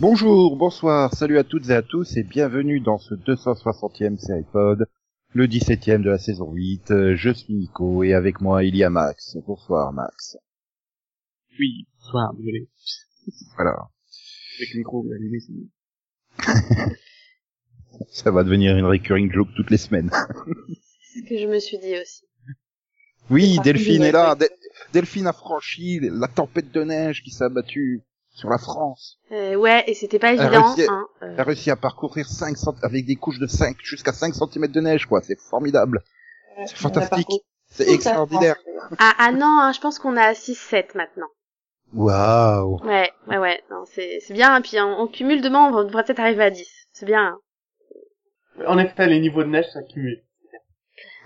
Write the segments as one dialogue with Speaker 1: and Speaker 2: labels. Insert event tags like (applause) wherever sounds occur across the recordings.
Speaker 1: Bonjour, bonsoir, salut à toutes et à tous et bienvenue dans ce 260e Seripod, le 17e de la saison 8. Euh, Je suis Nico et avec moi il y a Max. Bonsoir Max.
Speaker 2: Oui, soir, désolé.
Speaker 1: Voilà,
Speaker 2: Avec le micro allumé, c'est mieux.
Speaker 1: ça va devenir une recurring joke toutes les semaines.
Speaker 3: C'est ce que je me suis dit aussi.
Speaker 1: Oui,
Speaker 3: C'est parti,
Speaker 1: Delphine
Speaker 3: oui,
Speaker 1: est là. Del- Delphine a franchi la tempête de neige qui s'est abattue sur la France.
Speaker 3: Euh, ouais, et c'était pas
Speaker 1: Elle
Speaker 3: évident.
Speaker 1: réussit-
Speaker 3: Hein, euh,
Speaker 1: Elle a réussi à parcourir 5 cent- avec des couches de 5 jusqu'à 5 cm de neige, quoi. C'est formidable. C'est fantastique. C'est extraordinaire.
Speaker 3: Ah, ah non, hein, je pense qu'on a 6-7 maintenant.
Speaker 1: Waouh.
Speaker 3: Ouais, ouais, ouais. Non, c'est c'est bien. Et puis on, on cumule demain, on va- on devrait peut-être arriver à 10. C'est bien. hein.
Speaker 2: En effet, les niveaux de neige s'accumulent.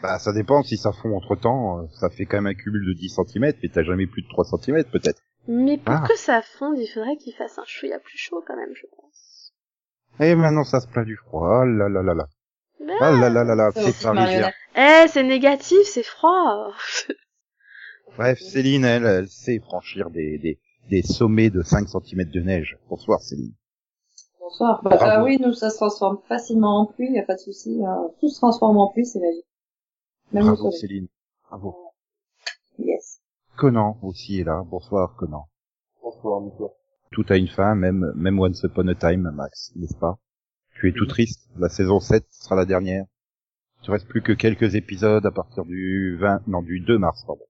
Speaker 1: Bah, ça dépend si ça fond entre temps. euh, Ça fait quand même un cumul de 10 cm, mais t'as jamais plus de 3 cm peut-être.
Speaker 3: Mais pour
Speaker 1: Ah.
Speaker 3: que ça fonde, il faudrait qu'il fasse un chouïa plus chaud quand même, je pense.
Speaker 1: Et Eh, maintenant ça se plaint du froid. Ah là là là là.
Speaker 3: Mais-
Speaker 1: Ah là là là là.
Speaker 4: C'est
Speaker 1: C'est parisien.
Speaker 3: ben, Eh, c'est négatif, c'est froid.
Speaker 1: Bref, Céline, elle, elle sait franchir des, des, des sommets de 5 cm de neige. Bonsoir Céline.
Speaker 4: Bonsoir. Bah,
Speaker 1: Bravo.
Speaker 4: ah oui, nous, ça se transforme facilement en pluie, y a pas de souci. hein. Tout se transforme en pluie, c'est magique. Même
Speaker 1: Bravo
Speaker 4: le soleil.
Speaker 1: Céline. Bravo.
Speaker 4: Yes.
Speaker 1: Conan aussi est là. Bonsoir Conan.
Speaker 2: Bonsoir, Nico.
Speaker 1: Tout a une fin, même, même Once Upon a Time, Max, n'est-ce pas Tu es tout
Speaker 2: Mhm.
Speaker 1: triste. La saison 7 sera la dernière. Il te reste plus que quelques épisodes à partir du 20, non, du 2 mars, pardon.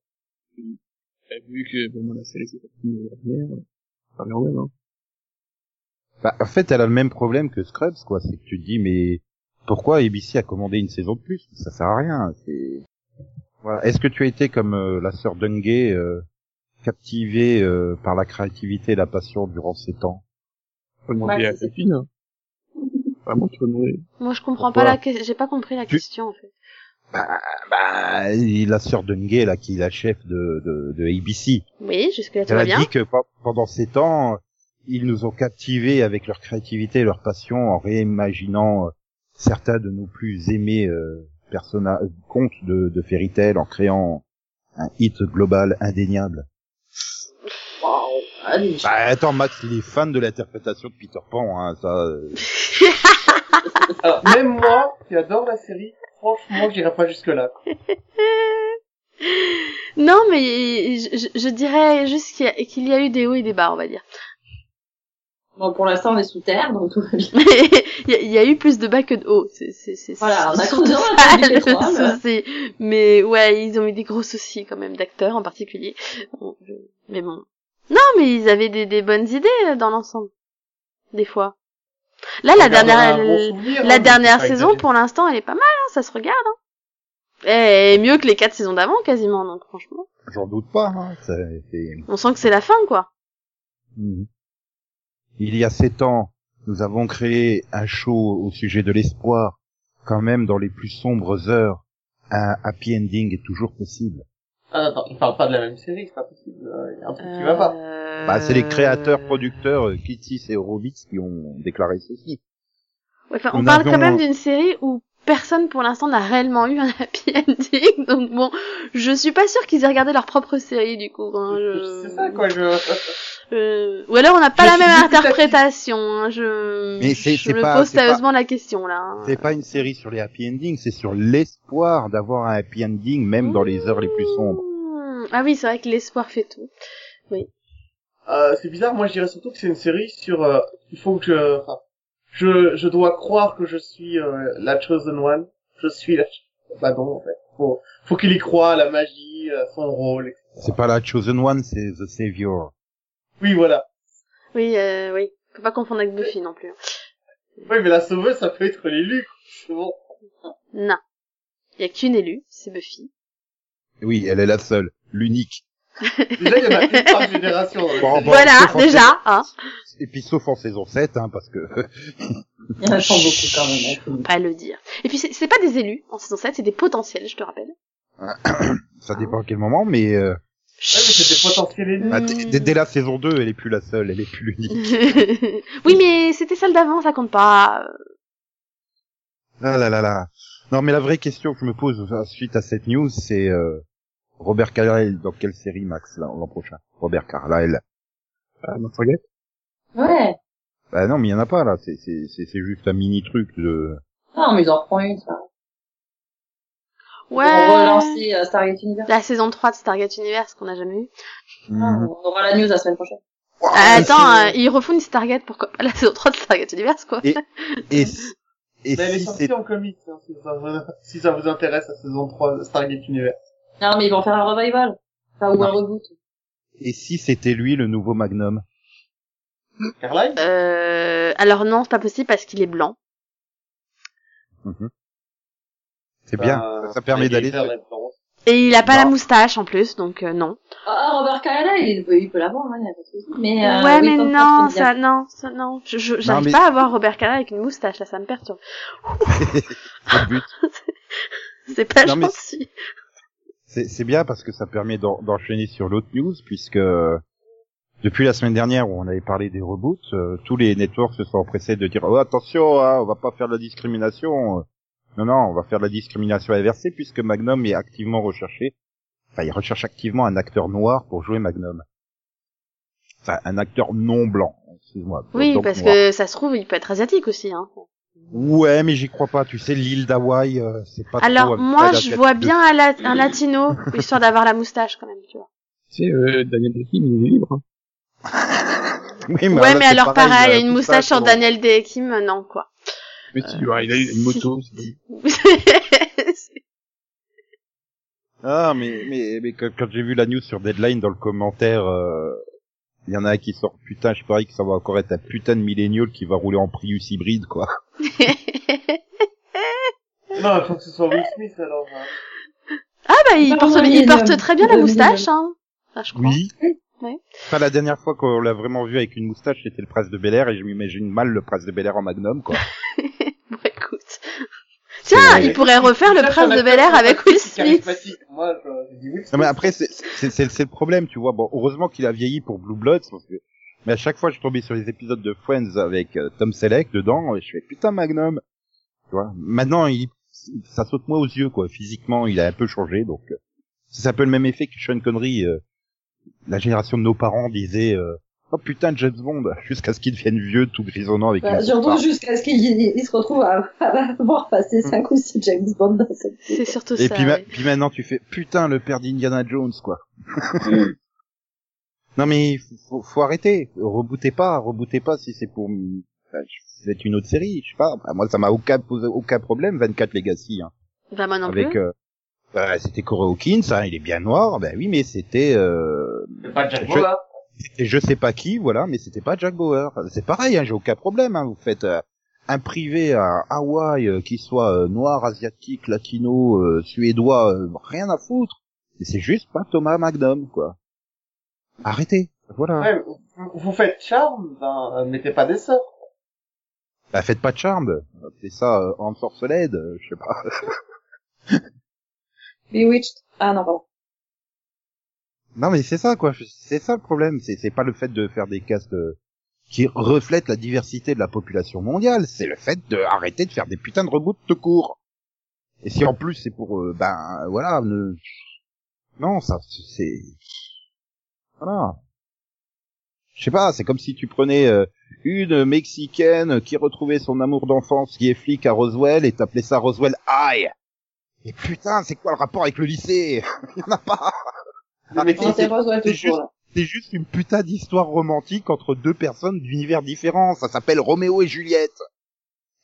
Speaker 2: Euh, vu que, bon, la série s'est finie la dernière, euh, ça revient au même, hein.
Speaker 1: Bah, en fait, elle a le même problème que Scrubs, quoi. C'est que tu te dis, mais pourquoi ABC a commandé une saison de plus Ça sert à rien. C'est voilà. Est-ce que tu as été comme euh, la sœur Dungay, euh, captivée euh, par la créativité et la passion durant ces temps
Speaker 2: Faut demander
Speaker 4: Ouais,
Speaker 2: à
Speaker 4: c'est-
Speaker 2: ta fille, hein. Vraiment, tu peux demander.
Speaker 3: Moi, je comprends
Speaker 1: Pourquoi
Speaker 3: pas la question. J'ai pas compris la
Speaker 1: Tu-
Speaker 3: question en fait.
Speaker 1: bah, bah, et la sœur Dungay, là, qui est la chef de, de, de ABC,
Speaker 3: Oui, jusque-là tout
Speaker 1: elle
Speaker 3: va
Speaker 1: a
Speaker 3: bien.
Speaker 1: dit que pe- pendant ces temps, ils nous ont captivés avec leur créativité et leur passion en réimaginant euh, certains de nos plus aimés euh, persona- euh, contes de, de fairy tale en créant un hit global indéniable.
Speaker 4: Waouh. Allez.
Speaker 1: Bah, attends, Max, il est fan de l'interprétation de Peter Pan, hein, ça. euh,
Speaker 2: Alors, même moi, qui adore la série, franchement, j'irai pas jusque-là.
Speaker 3: Non, mais je, je- je dirais juste qu'il y, a- qu'il y a eu des hauts et des bas, on va dire.
Speaker 4: Bon, pour l'instant, on est sous terre, donc tout va bien.
Speaker 3: Mais (laughs) il y, a- il y a eu plus de bas que de haut. C'est, c'est, c'est,
Speaker 4: Voilà, on a
Speaker 3: c'est
Speaker 4: creusé,
Speaker 3: surtout
Speaker 4: on a trouvé
Speaker 3: ça, (laughs)
Speaker 4: du
Speaker 3: le
Speaker 4: pétrole.
Speaker 3: souci. Mais ouais, ils ont eu des gros soucis quand même d'acteurs en particulier. Bon, je- Mais bon. Non, mais ils avaient des, des bonnes idées euh, dans l'ensemble. Des fois. Là, la
Speaker 2: On gardera
Speaker 3: dernière, euh,
Speaker 2: un bon souvenir, hein,
Speaker 3: la
Speaker 2: mais
Speaker 3: dernière
Speaker 2: c'est pas
Speaker 3: saison,
Speaker 2: exagéré.
Speaker 3: pour l'instant, elle est pas mal. Hein, ça se regarde. Hein. Et mieux que les quatre saisons d'avant, quasiment. Donc franchement,
Speaker 1: J'en doute pas. Hein, c'est- c'est-
Speaker 3: on sent que c'est la fin, quoi.
Speaker 1: Mhm. Il y a sept ans, nous avons créé un show au sujet de l'espoir. Quand même, dans les plus sombres heures, un happy ending est toujours possible.
Speaker 2: Ah, attends, il parle pas de la même série, c'est pas possible. euh, Il y a un truc qui va pas.
Speaker 3: Euh,
Speaker 1: Bah, c'est les créateurs, producteurs, euh, Kitsis et Horowitz qui ont déclaré ceci.
Speaker 3: Ouais, enfin,
Speaker 1: Nous
Speaker 3: on parle quand
Speaker 1: n'avons-
Speaker 3: même d'une série où personne pour l'instant n'a réellement eu un happy (laughs) ending, donc bon, je suis pas sûre qu'ils aient regardé leur propre série du coup. hein, je-
Speaker 2: C'est ça, quoi, je...
Speaker 3: Euh, Ou alors on n'a pas
Speaker 2: Je
Speaker 3: la
Speaker 2: suis
Speaker 3: même
Speaker 2: dubitatif.
Speaker 3: interprétation. hein, Je,
Speaker 1: Mais c'est-
Speaker 3: je
Speaker 1: c'est
Speaker 3: me
Speaker 1: pas-
Speaker 3: pose
Speaker 1: c'est pas-
Speaker 3: sérieusement la question là. hein.
Speaker 1: C'est pas une série sur les happy endings, c'est sur l'espoir d'avoir un happy ending même dans les heures les plus sombres.
Speaker 3: Mmh. Ah oui, c'est vrai que l'espoir fait tout.
Speaker 2: Euh, c'est bizarre, moi je dirais surtout que c'est une série sur... euh, il faut que je... Enfin, je, je dois croire que je suis euh, la Chosen One. Je suis la... Bah non, en fait. Faut, faut qu'il y croit, la magie, euh, son rôle. etc.
Speaker 1: C'est pas la Chosen One, c'est The Savior.
Speaker 2: Oui, voilà.
Speaker 3: Oui, euh, oui. Faut pas confondre avec Buffy non plus. hein.
Speaker 2: Oui, mais la sauveuse, ça peut être l'élu. quoi. C'est bon.
Speaker 3: Non. Il y a qu'une élue, c'est Buffy.
Speaker 1: Oui, elle est la seule, l'unique.
Speaker 2: Déjà, il y en a une par génération. dans la
Speaker 1: Bon,
Speaker 2: série.
Speaker 1: bon.
Speaker 3: voilà,
Speaker 1: c'est
Speaker 3: déjà, hein.
Speaker 1: Et puis sauf en saison 7, hein, parce que (laughs)
Speaker 4: Il y en a pas beaucoup quand même. hein, tout le monde.
Speaker 3: Pas le dire. Et puis c'est- c'est pas des élus en saison 7, c'est des potentiels, je te rappelle.
Speaker 1: ça dépend à quel moment, mais euh,
Speaker 2: Ouais, mais c'était potentiel élu.
Speaker 1: bah, dès- dès- dès la saison 2, elle est plus la seule, elle est plus
Speaker 3: (laughs)
Speaker 1: l'unique.
Speaker 3: oui, mais c'était celle d'avant, ça compte pas.
Speaker 1: Ah là là là. Non, mais la vraie question que je me pose euh, suite à cette news, c'est euh, Robert Carlyle dans quelle série Max là, l'an prochain Robert Carlyle.
Speaker 5: Ah, Don't Forget.
Speaker 4: Ouais.
Speaker 1: Bah non, mais il y en a pas là. C'est c'est c'est c'est juste un mini truc de.
Speaker 4: Non, Ah, mais ils en reprend une, ça.
Speaker 3: Ouais.
Speaker 4: On va relancer euh, Stargate Universe. Ah,
Speaker 3: La saison 3 de Stargate Universe qu'on n'a jamais eu.
Speaker 2: Ah.
Speaker 1: Mhm.
Speaker 4: On aura la news la semaine prochaine.
Speaker 3: Attends,
Speaker 1: c'est-
Speaker 3: euh, ils refont une Stargate, pourquoi pas (laughs) la saison 3 de Stargate Universe, quoi.
Speaker 1: Et- Et si- et
Speaker 2: Mais Bah, elle est
Speaker 1: si
Speaker 2: sortie
Speaker 1: c'est
Speaker 2: en comics, hein, si, ça vous, si ça vous intéresse, la saison 3 de Stargate Universe.
Speaker 4: Non, mais ils vont faire un revival. Enfin, ou un reboot.
Speaker 1: et si c'était lui le nouveau Magnum
Speaker 2: Carline
Speaker 1: Eh
Speaker 3: Euh, alors non, c'est pas possible parce qu'il est blanc.
Speaker 1: C'est
Speaker 6: Bah,
Speaker 1: bien.
Speaker 2: Euh,
Speaker 1: ça permet d'aller sur-
Speaker 3: Et il a pas
Speaker 1: Non.
Speaker 3: la moustache en plus, donc euh, non.
Speaker 4: Ah, Robert Carlyle, il, il peut l'avoir, hein, il y a pas de souci. Mais, euh,
Speaker 3: ouais,
Speaker 4: oui,
Speaker 3: mais
Speaker 4: Tom Cruise,
Speaker 3: non,
Speaker 4: faut dire.
Speaker 3: ça, non, ça, non. Je, je, j'arrive
Speaker 1: mais-
Speaker 3: pas à avoir Robert Carlyle avec une moustache, là, ça me
Speaker 1: (laughs)
Speaker 3: perturbe.
Speaker 1: Le but,
Speaker 3: (laughs) C'est pas
Speaker 1: Non, mais-
Speaker 3: gentil.
Speaker 1: c'est c'est bien parce que ça permet d'en- d'enchaîner sur l'autre news puisque euh, depuis la semaine dernière où on avait parlé des reboots, euh, tous les networks se sont empressés de dire oh, attention, hein, on va pas faire de la discrimination. Non, non, on va faire de la discrimination inversée puisque Magnum est activement recherché. Enfin, il recherche activement un acteur noir pour jouer Magnum. Enfin, un acteur non blanc, excuse-moi.
Speaker 3: Oui,
Speaker 1: donc
Speaker 3: parce
Speaker 1: noir.
Speaker 3: que ça se trouve, il peut être asiatique aussi. Hein.
Speaker 1: Ouais, mais j'y crois pas. Tu sais, l'île d'Hawaï, euh, c'est pas trop
Speaker 3: Alors
Speaker 1: avec
Speaker 3: moi,
Speaker 1: la
Speaker 3: je
Speaker 1: date
Speaker 3: vois
Speaker 1: de-
Speaker 3: bien un, la- un latino, (laughs) histoire d'avoir la moustache quand même, tu vois.
Speaker 5: Tu sais, euh, Daniel Dekim, il est libre. hein.
Speaker 1: (laughs) Oui,
Speaker 3: ouais,
Speaker 1: là,
Speaker 3: mais
Speaker 1: c'est
Speaker 3: alors pareil, il y a une
Speaker 1: euh,
Speaker 3: moustache sur
Speaker 1: non.
Speaker 3: Daniel Day Kim, euh, non quoi.
Speaker 5: Mais si, ouais, il a une moto. c'est bon.
Speaker 1: Ah, mais, mais, mais quand, quand j'ai vu la news sur Deadline dans le commentaire, euh, il y en a un qui sort, putain, je parie que ça va encore être un putain de millénial qui va rouler en Prius hybride, quoi.
Speaker 2: Non, il faut que ce soit Will Smith, alors. hein.
Speaker 3: (laughs) ah bah il
Speaker 4: Non,
Speaker 3: porte,
Speaker 4: non,
Speaker 3: il
Speaker 4: il
Speaker 3: porte
Speaker 4: aime.
Speaker 3: très bien
Speaker 4: Il
Speaker 3: la
Speaker 4: aime, il
Speaker 3: moustache, hein. Enfin, je crois.
Speaker 1: Oui.
Speaker 3: Ouais.
Speaker 1: Enfin, la dernière fois qu'on l'a vraiment vu avec une moustache, c'était le prince de Bel Air, et je m'imagine mal le prince de Bel Air en Magnum, quoi.
Speaker 3: Bon, Bah, écoute. Tiens,
Speaker 1: (laughs) C'est-
Speaker 3: il pourrait refaire Ah, le
Speaker 2: Cherche
Speaker 3: prince
Speaker 2: un
Speaker 3: de
Speaker 2: acteur
Speaker 3: Bel Air avec Will
Speaker 2: sympathique,
Speaker 3: Smith.
Speaker 2: charismatique. Moi, je, je dis Will Smith.
Speaker 1: Non mais après c'est c'est- c'est c'est le problème tu vois bon heureusement qu'il a vieilli pour Blue Bloods parce que mais à chaque fois je tombais sur les épisodes de Friends avec euh, Tom Selleck dedans et je fais putain Magnum tu vois maintenant il ça saute moi aux yeux quoi physiquement il a un peu changé donc euh, c'est un peu le même effet que Sean Connery euh, la génération de nos parents disait euh, oh putain James Bond (laughs) jusqu'à ce qu'il devienne vieux tout grisonnant avec
Speaker 4: Bah,
Speaker 1: une
Speaker 4: surtout
Speaker 1: moustache.
Speaker 4: jusqu'à ce qu'il y- il se retrouve à, (laughs) à avoir passé
Speaker 1: Mm.
Speaker 4: 5 ou 6 James Bond dans cette
Speaker 3: C'est surtout
Speaker 1: et
Speaker 3: ça.
Speaker 1: puis, ma-
Speaker 3: ouais.
Speaker 1: puis maintenant tu fais putain le père d'Indiana Jones quoi. (laughs) non mais faut, faut- faut arrêter, rebootez pas, rebootez pas si c'est pour enfin, je- c'est une autre série, je sais pas. Enfin, moi ça m'a aucun posé aucun problème 24 Legacy hein.
Speaker 3: Bah moi non
Speaker 1: avec
Speaker 3: plus.
Speaker 1: euh, bah, c'était Corey Hawkins, hein, il est bien noir, ben oui mais c'était euh,
Speaker 2: C'est pas Jack
Speaker 1: Je-
Speaker 2: Bauer.
Speaker 1: c'était je sais pas qui voilà, mais c'était pas Jack Bauer. C'est pareil, hein, j'ai aucun problème hein, vous faites euh, un privé à Hawaï euh, qui soit euh, noir, asiatique, latino, euh, suédois, euh, rien à foutre. Et c'est juste pas Thomas Magnum, quoi. Arrêtez, voilà.
Speaker 2: Ouais, vous, vous faites charme, ben, euh, mettez pas des sœurs.
Speaker 1: Bah, faites pas de charme. C'est ça, euh, en sorcelade, euh, je sais pas.
Speaker 4: Bewitched. Ah non, pardon.
Speaker 1: non mais c'est ça, quoi. C'est ça le problème. C'est c'est pas le fait de faire des castes euh, qui reflètent la diversité de la population mondiale. C'est le fait de arrêter de faire des putains de reboots de cours. Et si en plus c'est pour, euh, ben voilà, ne... non ça c'est voilà. Je sais pas, c'est comme si tu prenais euh, une mexicaine qui retrouvait son amour d'enfance qui est flic à Roswell et t'appelais ça Roswell High. Et putain, c'est quoi le rapport avec le lycée (laughs) Il y en a pas.
Speaker 2: Le mec,
Speaker 4: On
Speaker 1: c'est-
Speaker 4: s'est rejoint tout
Speaker 1: c'est juste-
Speaker 4: court, là.
Speaker 1: C'est juste une putain d'histoire romantique entre deux personnes d'univers différents. Ça s'appelle Roméo et Juliette.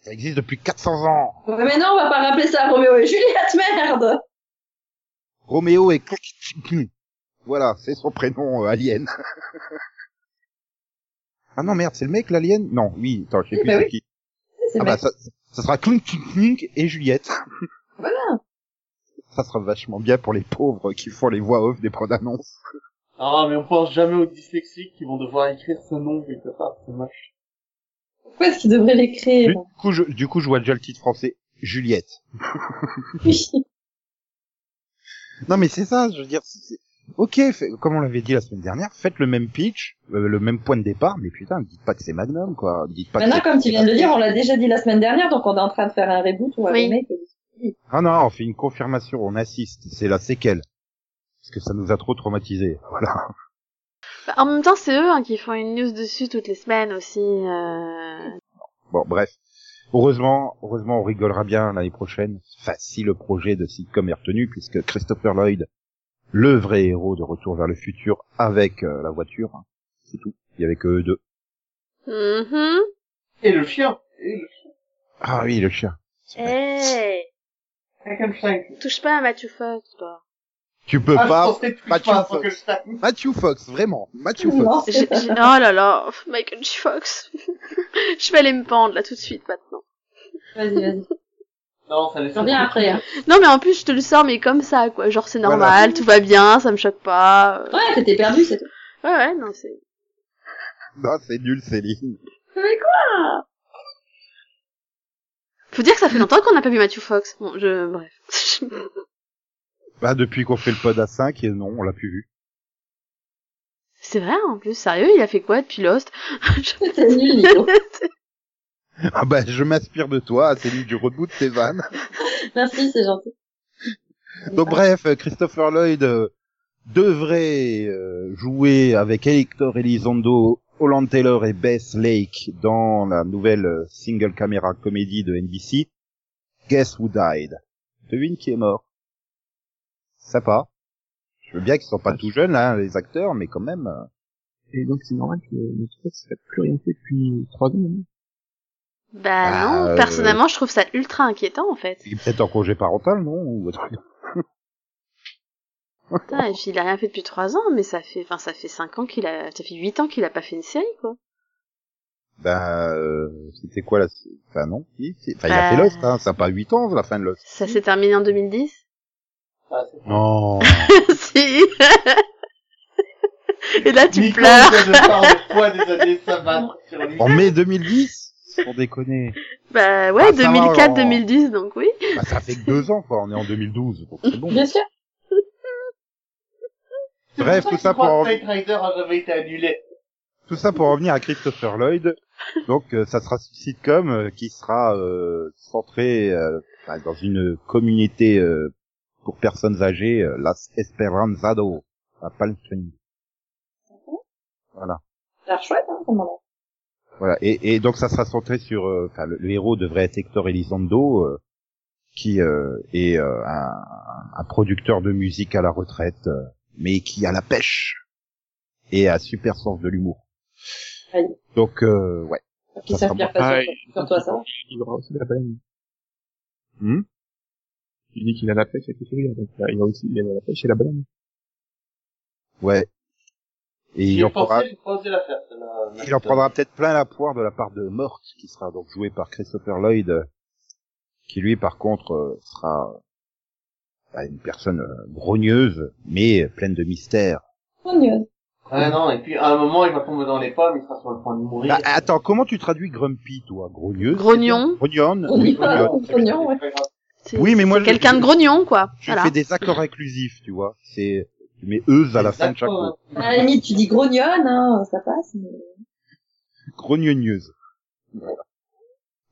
Speaker 1: Ça existe depuis 400 ans.
Speaker 4: Ouais, Mais non, on va pas rappeler ça à Roméo et Juliette, (laughs) merde!
Speaker 1: Roméo et (laughs) voilà, c'est son prénom euh, alien. (laughs) ah non merde, c'est le mec l'alien Non, oui, attends, je sais
Speaker 4: Oui,
Speaker 1: plus
Speaker 4: bah
Speaker 1: c'est
Speaker 4: oui.
Speaker 1: qui.
Speaker 4: C'est
Speaker 1: Ah
Speaker 4: vrai.
Speaker 1: bah ça, ça sera Clink Clink Clink et Juliette. (laughs)
Speaker 4: Voilà.
Speaker 1: Ça sera vachement bien pour les pauvres qui font les voix off des bandes annonces.
Speaker 2: Ah, mais on pense jamais aux dyslexiques qui vont devoir écrire ce nom quelque part, c'est moche.
Speaker 4: Pourquoi est-ce qu'il devrait l'écrire?
Speaker 1: Du coup, je, du coup, je vois déjà le titre français, Juliette.
Speaker 4: Oui. (laughs)
Speaker 1: Non mais c'est ça, je veux dire, c'est- c'est- ok, fait- comme on l'avait dit la semaine dernière, faites le même pitch, euh, le même point de départ, mais putain, dites pas que c'est Magnum, quoi. Dites pas que
Speaker 4: Maintenant,
Speaker 1: c'est-
Speaker 4: comme tu viens de le dire, on l'a déjà dit la semaine dernière, donc on est en train de faire un reboot ou un
Speaker 3: Oui.
Speaker 4: remake.
Speaker 1: Ah non, on fait une confirmation, on assiste, c'est la séquelle. Parce que ça nous a trop traumatisés. Voilà.
Speaker 3: Bah, en même temps, c'est eux hein, qui font une news dessus toutes les semaines aussi. euh.
Speaker 1: Bon, bref. Heureusement, heureusement, on rigolera bien l'année prochaine. Enfin, si le projet de sitcom est retenu, puisque Christopher Lloyd, le vrai héros de Retour vers le futur, avec euh, la voiture, hein, c'est tout. Il y avait que eux deux.
Speaker 3: Mhm.
Speaker 2: Et le chien. Et le
Speaker 1: Ah oui, le chien.
Speaker 3: Eh. Hey,
Speaker 2: Frankenstein.
Speaker 3: Eh, touche pas à Matthew Fox, toi.
Speaker 1: Tu peux
Speaker 2: Ah, je
Speaker 1: pas.
Speaker 2: pensais plus
Speaker 1: Matthew
Speaker 2: pas
Speaker 1: Fox.
Speaker 2: Frankenstein.
Speaker 1: Matthew Fox, vraiment. Matthew Fox.
Speaker 4: Non,
Speaker 3: J'ai-
Speaker 4: c'est pas-
Speaker 3: j'ai- Oh là là, Michael J. Fox. (laughs) Je vais aller me pendre là tout de suite maintenant.
Speaker 4: Vas-y, vas-y.
Speaker 2: Non, ça laisse
Speaker 4: Je reviens après. Hein.
Speaker 3: Non mais en plus je te le sors mais comme ça quoi, genre c'est normal,
Speaker 1: Voilà.
Speaker 3: tout va bien, ça me choque pas. euh.
Speaker 4: Ouais, t'étais perdu, c'est tout.
Speaker 3: Ouais ouais non c'est.
Speaker 1: Non, c'est nul, Céline.
Speaker 4: Mais quoi
Speaker 3: Faut dire que ça fait longtemps qu'on n'a pas vu Matthew Fox. Bon je bref. (laughs)
Speaker 1: Bah, depuis qu'on fait le pod à 5, et non, on l'a plus vu.
Speaker 3: c'est vrai en plus sérieux il a fait quoi depuis Lost Bah,
Speaker 4: T'es
Speaker 3: (laughs)
Speaker 4: nul, Nico.
Speaker 1: Ah bah, je m'inspire de toi, Céline, du rebout de tes vannes.
Speaker 4: Merci, c'est gentil.
Speaker 1: Donc bref, euh, Christopher Lloyd euh, devrait euh, jouer avec Elector Elizondo, Holland Taylor et Bess Lake dans la nouvelle euh, single camera comédie de NBC, Guess Who Died. Devine qui est mort. Sympa. Je veux bien qu'ils sont pas tout jeunes là, les acteurs, mais quand même. euh,
Speaker 5: Et donc, c'est normal que Netflix n'a plus rien fait depuis trois ans. hein.
Speaker 3: Bah
Speaker 1: Bah,
Speaker 3: non,
Speaker 1: euh,
Speaker 3: personnellement je trouve ça ultra inquiétant en fait.
Speaker 1: il est peut-être en congé parental, non Ou autre chose.
Speaker 3: Putain, et puis il a rien fait depuis trois ans mais ça fait enfin ça fait cinq ans qu'il a ça fait huit ans qu'il a pas fait une série quoi.
Speaker 1: Ben, euh, c'était quoi la... Enfin non, si, si. Enfin, il a
Speaker 3: Bah.
Speaker 1: fait Lost, hein. ça a pas 8 ans, la fin de Lost.
Speaker 3: Ça s'est terminé en 2010.
Speaker 2: Ah, c'est-
Speaker 1: Non
Speaker 3: (laughs) si. Et là tu
Speaker 2: Nico,
Speaker 3: pleures.
Speaker 2: ça de part le poids des
Speaker 3: (laughs)
Speaker 2: années sabattre sur lui.
Speaker 1: (laughs) En mai 2010 Pour déconner.
Speaker 3: Bah ouais,
Speaker 1: Ah, ça va,
Speaker 3: 2004,
Speaker 1: on-
Speaker 3: 2010, donc oui.
Speaker 1: Bah, ça fait que deux ans, quoi. On est en 2012. donc c'est bon.
Speaker 4: (laughs) Bien sûr.
Speaker 2: C'est
Speaker 1: Bref,
Speaker 2: pour
Speaker 1: tout ça
Speaker 2: que je crois
Speaker 1: pour-
Speaker 2: que Knight Rider a jamais été annulé.
Speaker 1: Tout ça pour revenir à Christopher Lloyd. Donc, euh, ça sera une sitcom euh, qui sera euh, centrée euh, bah, dans une communauté euh, pour personnes âgées, euh, Las Esperanzado, à Palm Springs. Voilà.
Speaker 4: Ça a l'air chouette, hein, pour le moment.
Speaker 1: Voilà. Et, et donc, ça sera centré sur... euh, Enfin, le, le héros devrait être Hector Elizondo, euh, qui euh, est euh, un, un producteur de musique à la retraite, euh, mais qui a la pêche et a super sens de l'humour.
Speaker 4: Aïe.
Speaker 1: Donc, euh, ouais.
Speaker 4: Qui
Speaker 1: Ça sera
Speaker 4: s'inspire
Speaker 1: bon. Ah,
Speaker 4: pas
Speaker 5: Ouais,
Speaker 4: sur, sur toi, ça.
Speaker 5: Il aura aussi de la baleine.
Speaker 1: Hmm
Speaker 5: Il dit qu'il a la pêche avec les sourires, donc euh, il a aussi il a la pêche et la baleine.
Speaker 1: Ouais. Et
Speaker 2: J'y
Speaker 1: il
Speaker 2: ai
Speaker 1: en prendra,
Speaker 2: pensé, j'ai pensé la faire, celle-là.
Speaker 1: il en prendra peut-être plein la poire de la part de Mort, qui sera donc joué par Christopher Lloyd, euh, qui lui, par contre, euh, sera euh, bah, une personne euh, grogneuse, mais pleine de mystère.
Speaker 4: Soigneuse.
Speaker 2: Ah non, et puis à un moment, il va tomber dans les pommes, il sera sur le point de mourir.
Speaker 1: Bah, attends, comment tu traduis grumpy, toi Grogneuse
Speaker 3: Grognon.
Speaker 1: Grognonne
Speaker 4: Oui,
Speaker 1: Oui,
Speaker 3: (laughs)
Speaker 4: voilà,
Speaker 2: euh,
Speaker 1: grognonne.
Speaker 2: C'est
Speaker 4: soignant, Ah, ouais.
Speaker 2: pas grave.
Speaker 3: C'est-
Speaker 1: Oui, mais moi,
Speaker 3: c'est
Speaker 1: je-
Speaker 3: quelqu'un de grognon, quoi.
Speaker 1: Tu
Speaker 3: Voilà.
Speaker 1: fais des accords inclusifs, tu vois. C'est, tu mets euse à la fin de chaque mot.
Speaker 2: D'accord.
Speaker 4: À la limite, tu dis grognonne, hein, ça passe, mais...
Speaker 1: Grognonneuse.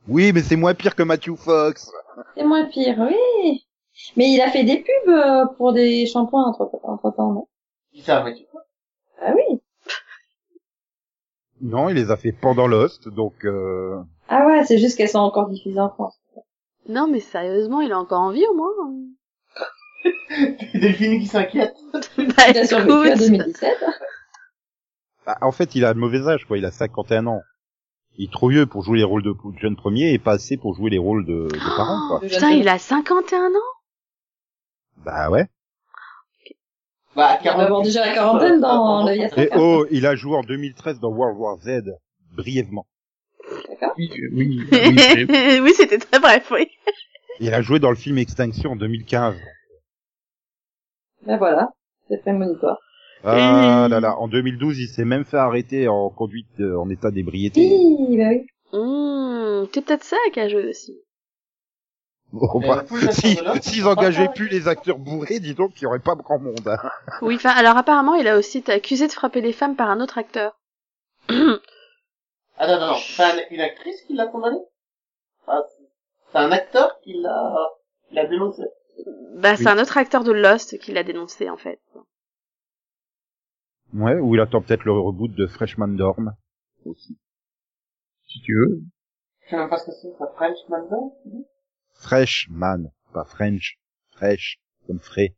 Speaker 1: Oui, mais c'est moins pire que Matthew Fox.
Speaker 4: C'est moins pire, oui. Mais il a fait des pubs euh, pour des shampoings entre, entre temps, non
Speaker 2: Qui ça, mais tu-
Speaker 4: Ah oui.
Speaker 1: Non, il les a fait pendant Lost, donc euh,
Speaker 4: Ah ouais, c'est juste qu'elles sont encore diffusées en France.
Speaker 3: Non, mais sérieusement, il est encore en vie, au moins.
Speaker 2: (laughs) Delphine qui s'inquiète.
Speaker 3: Bah,
Speaker 4: Il a survécu à
Speaker 3: écoute.
Speaker 4: 2017.
Speaker 1: Bah, en fait, il a le mauvais âge, quoi. Il a 51 ans. Il est trop vieux pour jouer les rôles de, de jeune premier et pas assez pour jouer les rôles de, de parents,
Speaker 3: Oh,
Speaker 1: quoi.
Speaker 3: putain, il a 51 ans
Speaker 1: Bah ouais.
Speaker 2: Bah, à euh,
Speaker 4: Il va avoir
Speaker 2: 40,
Speaker 4: déjà la quarantaine dans la vie à
Speaker 1: Et
Speaker 4: 50.
Speaker 1: oh, il a joué en 2013 dans World War Z, brièvement.
Speaker 5: Oui, euh, oui, oui,
Speaker 3: (laughs)
Speaker 5: c'est-
Speaker 3: Oui, c'était très bref, oui.
Speaker 1: Il a joué dans le film Extinction en 2015.
Speaker 4: Ben voilà, c'est prémonitoire.
Speaker 1: Ah
Speaker 3: Et-
Speaker 1: là là, en 2012, il s'est même fait arrêter en conduite euh, en état d'ébriété.
Speaker 4: Oui, bah oui.
Speaker 3: Hum, c'est peut-être ça qui a joué aussi.
Speaker 1: Bon,
Speaker 2: Et
Speaker 6: (laughs)
Speaker 1: bah,
Speaker 2: vous, les
Speaker 1: si,
Speaker 2: acteurs de l'Ost,
Speaker 1: s'ils
Speaker 2: on va pas
Speaker 1: engageaient
Speaker 2: faire
Speaker 1: plus les acteurs bourrés, dis donc qu'il n'y aurait pas grand monde. hein.
Speaker 3: Oui, enfin, alors apparemment, il a aussi été accusé de frapper les femmes par un autre acteur. (clears throat)
Speaker 2: Attends, attends, c'est pas un- une actrice qui l'a condamné? Ah, C'est c'est un acteur qui l'a, Il a dénoncé.
Speaker 3: Bah, c'est
Speaker 1: Oui.
Speaker 3: un autre acteur de Lost qui l'a dénoncé, en fait.
Speaker 1: Ouais, ou il attend peut-être le reboot de Freshman Dorm. Aussi.
Speaker 5: Si tu veux.
Speaker 2: Je sais même pas ce que c'est, ça French maintenant.
Speaker 1: Freshman, pas French. Fresh, comme frais.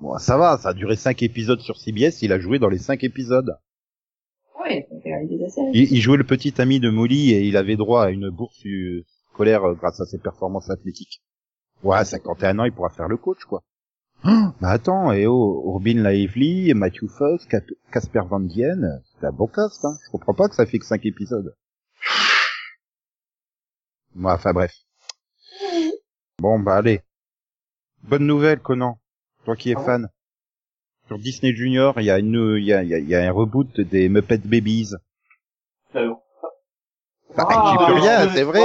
Speaker 1: Bon, ça va, ça a duré cinq épisodes sur CBS, il a joué dans les cinq épisodes.
Speaker 4: Oui, il a réalisé la série.
Speaker 1: Il, il jouait le petit ami de Molly et il avait droit à une bourse euh, scolaire euh, grâce à ses performances athlétiques. Ouais, à 51 ans, il pourra faire le coach, quoi. Ah, bah attends, et oh, Urbin Lively, Matthew Foss, Cap- Casper Van Dien, c'est un bon cast, hein. Je comprends pas que ça fait que 5 épisodes. Moi, enfin bref. Bon, bah allez. Bonne nouvelle, Conan. Toi qui es
Speaker 2: Ah bon
Speaker 1: fan. Sur Disney Junior, il y a une, il y a, il y a- il y a un reboot des Muppet Babies.
Speaker 2: Salaud.
Speaker 1: Bah, j'y peux rien, c'est vrai.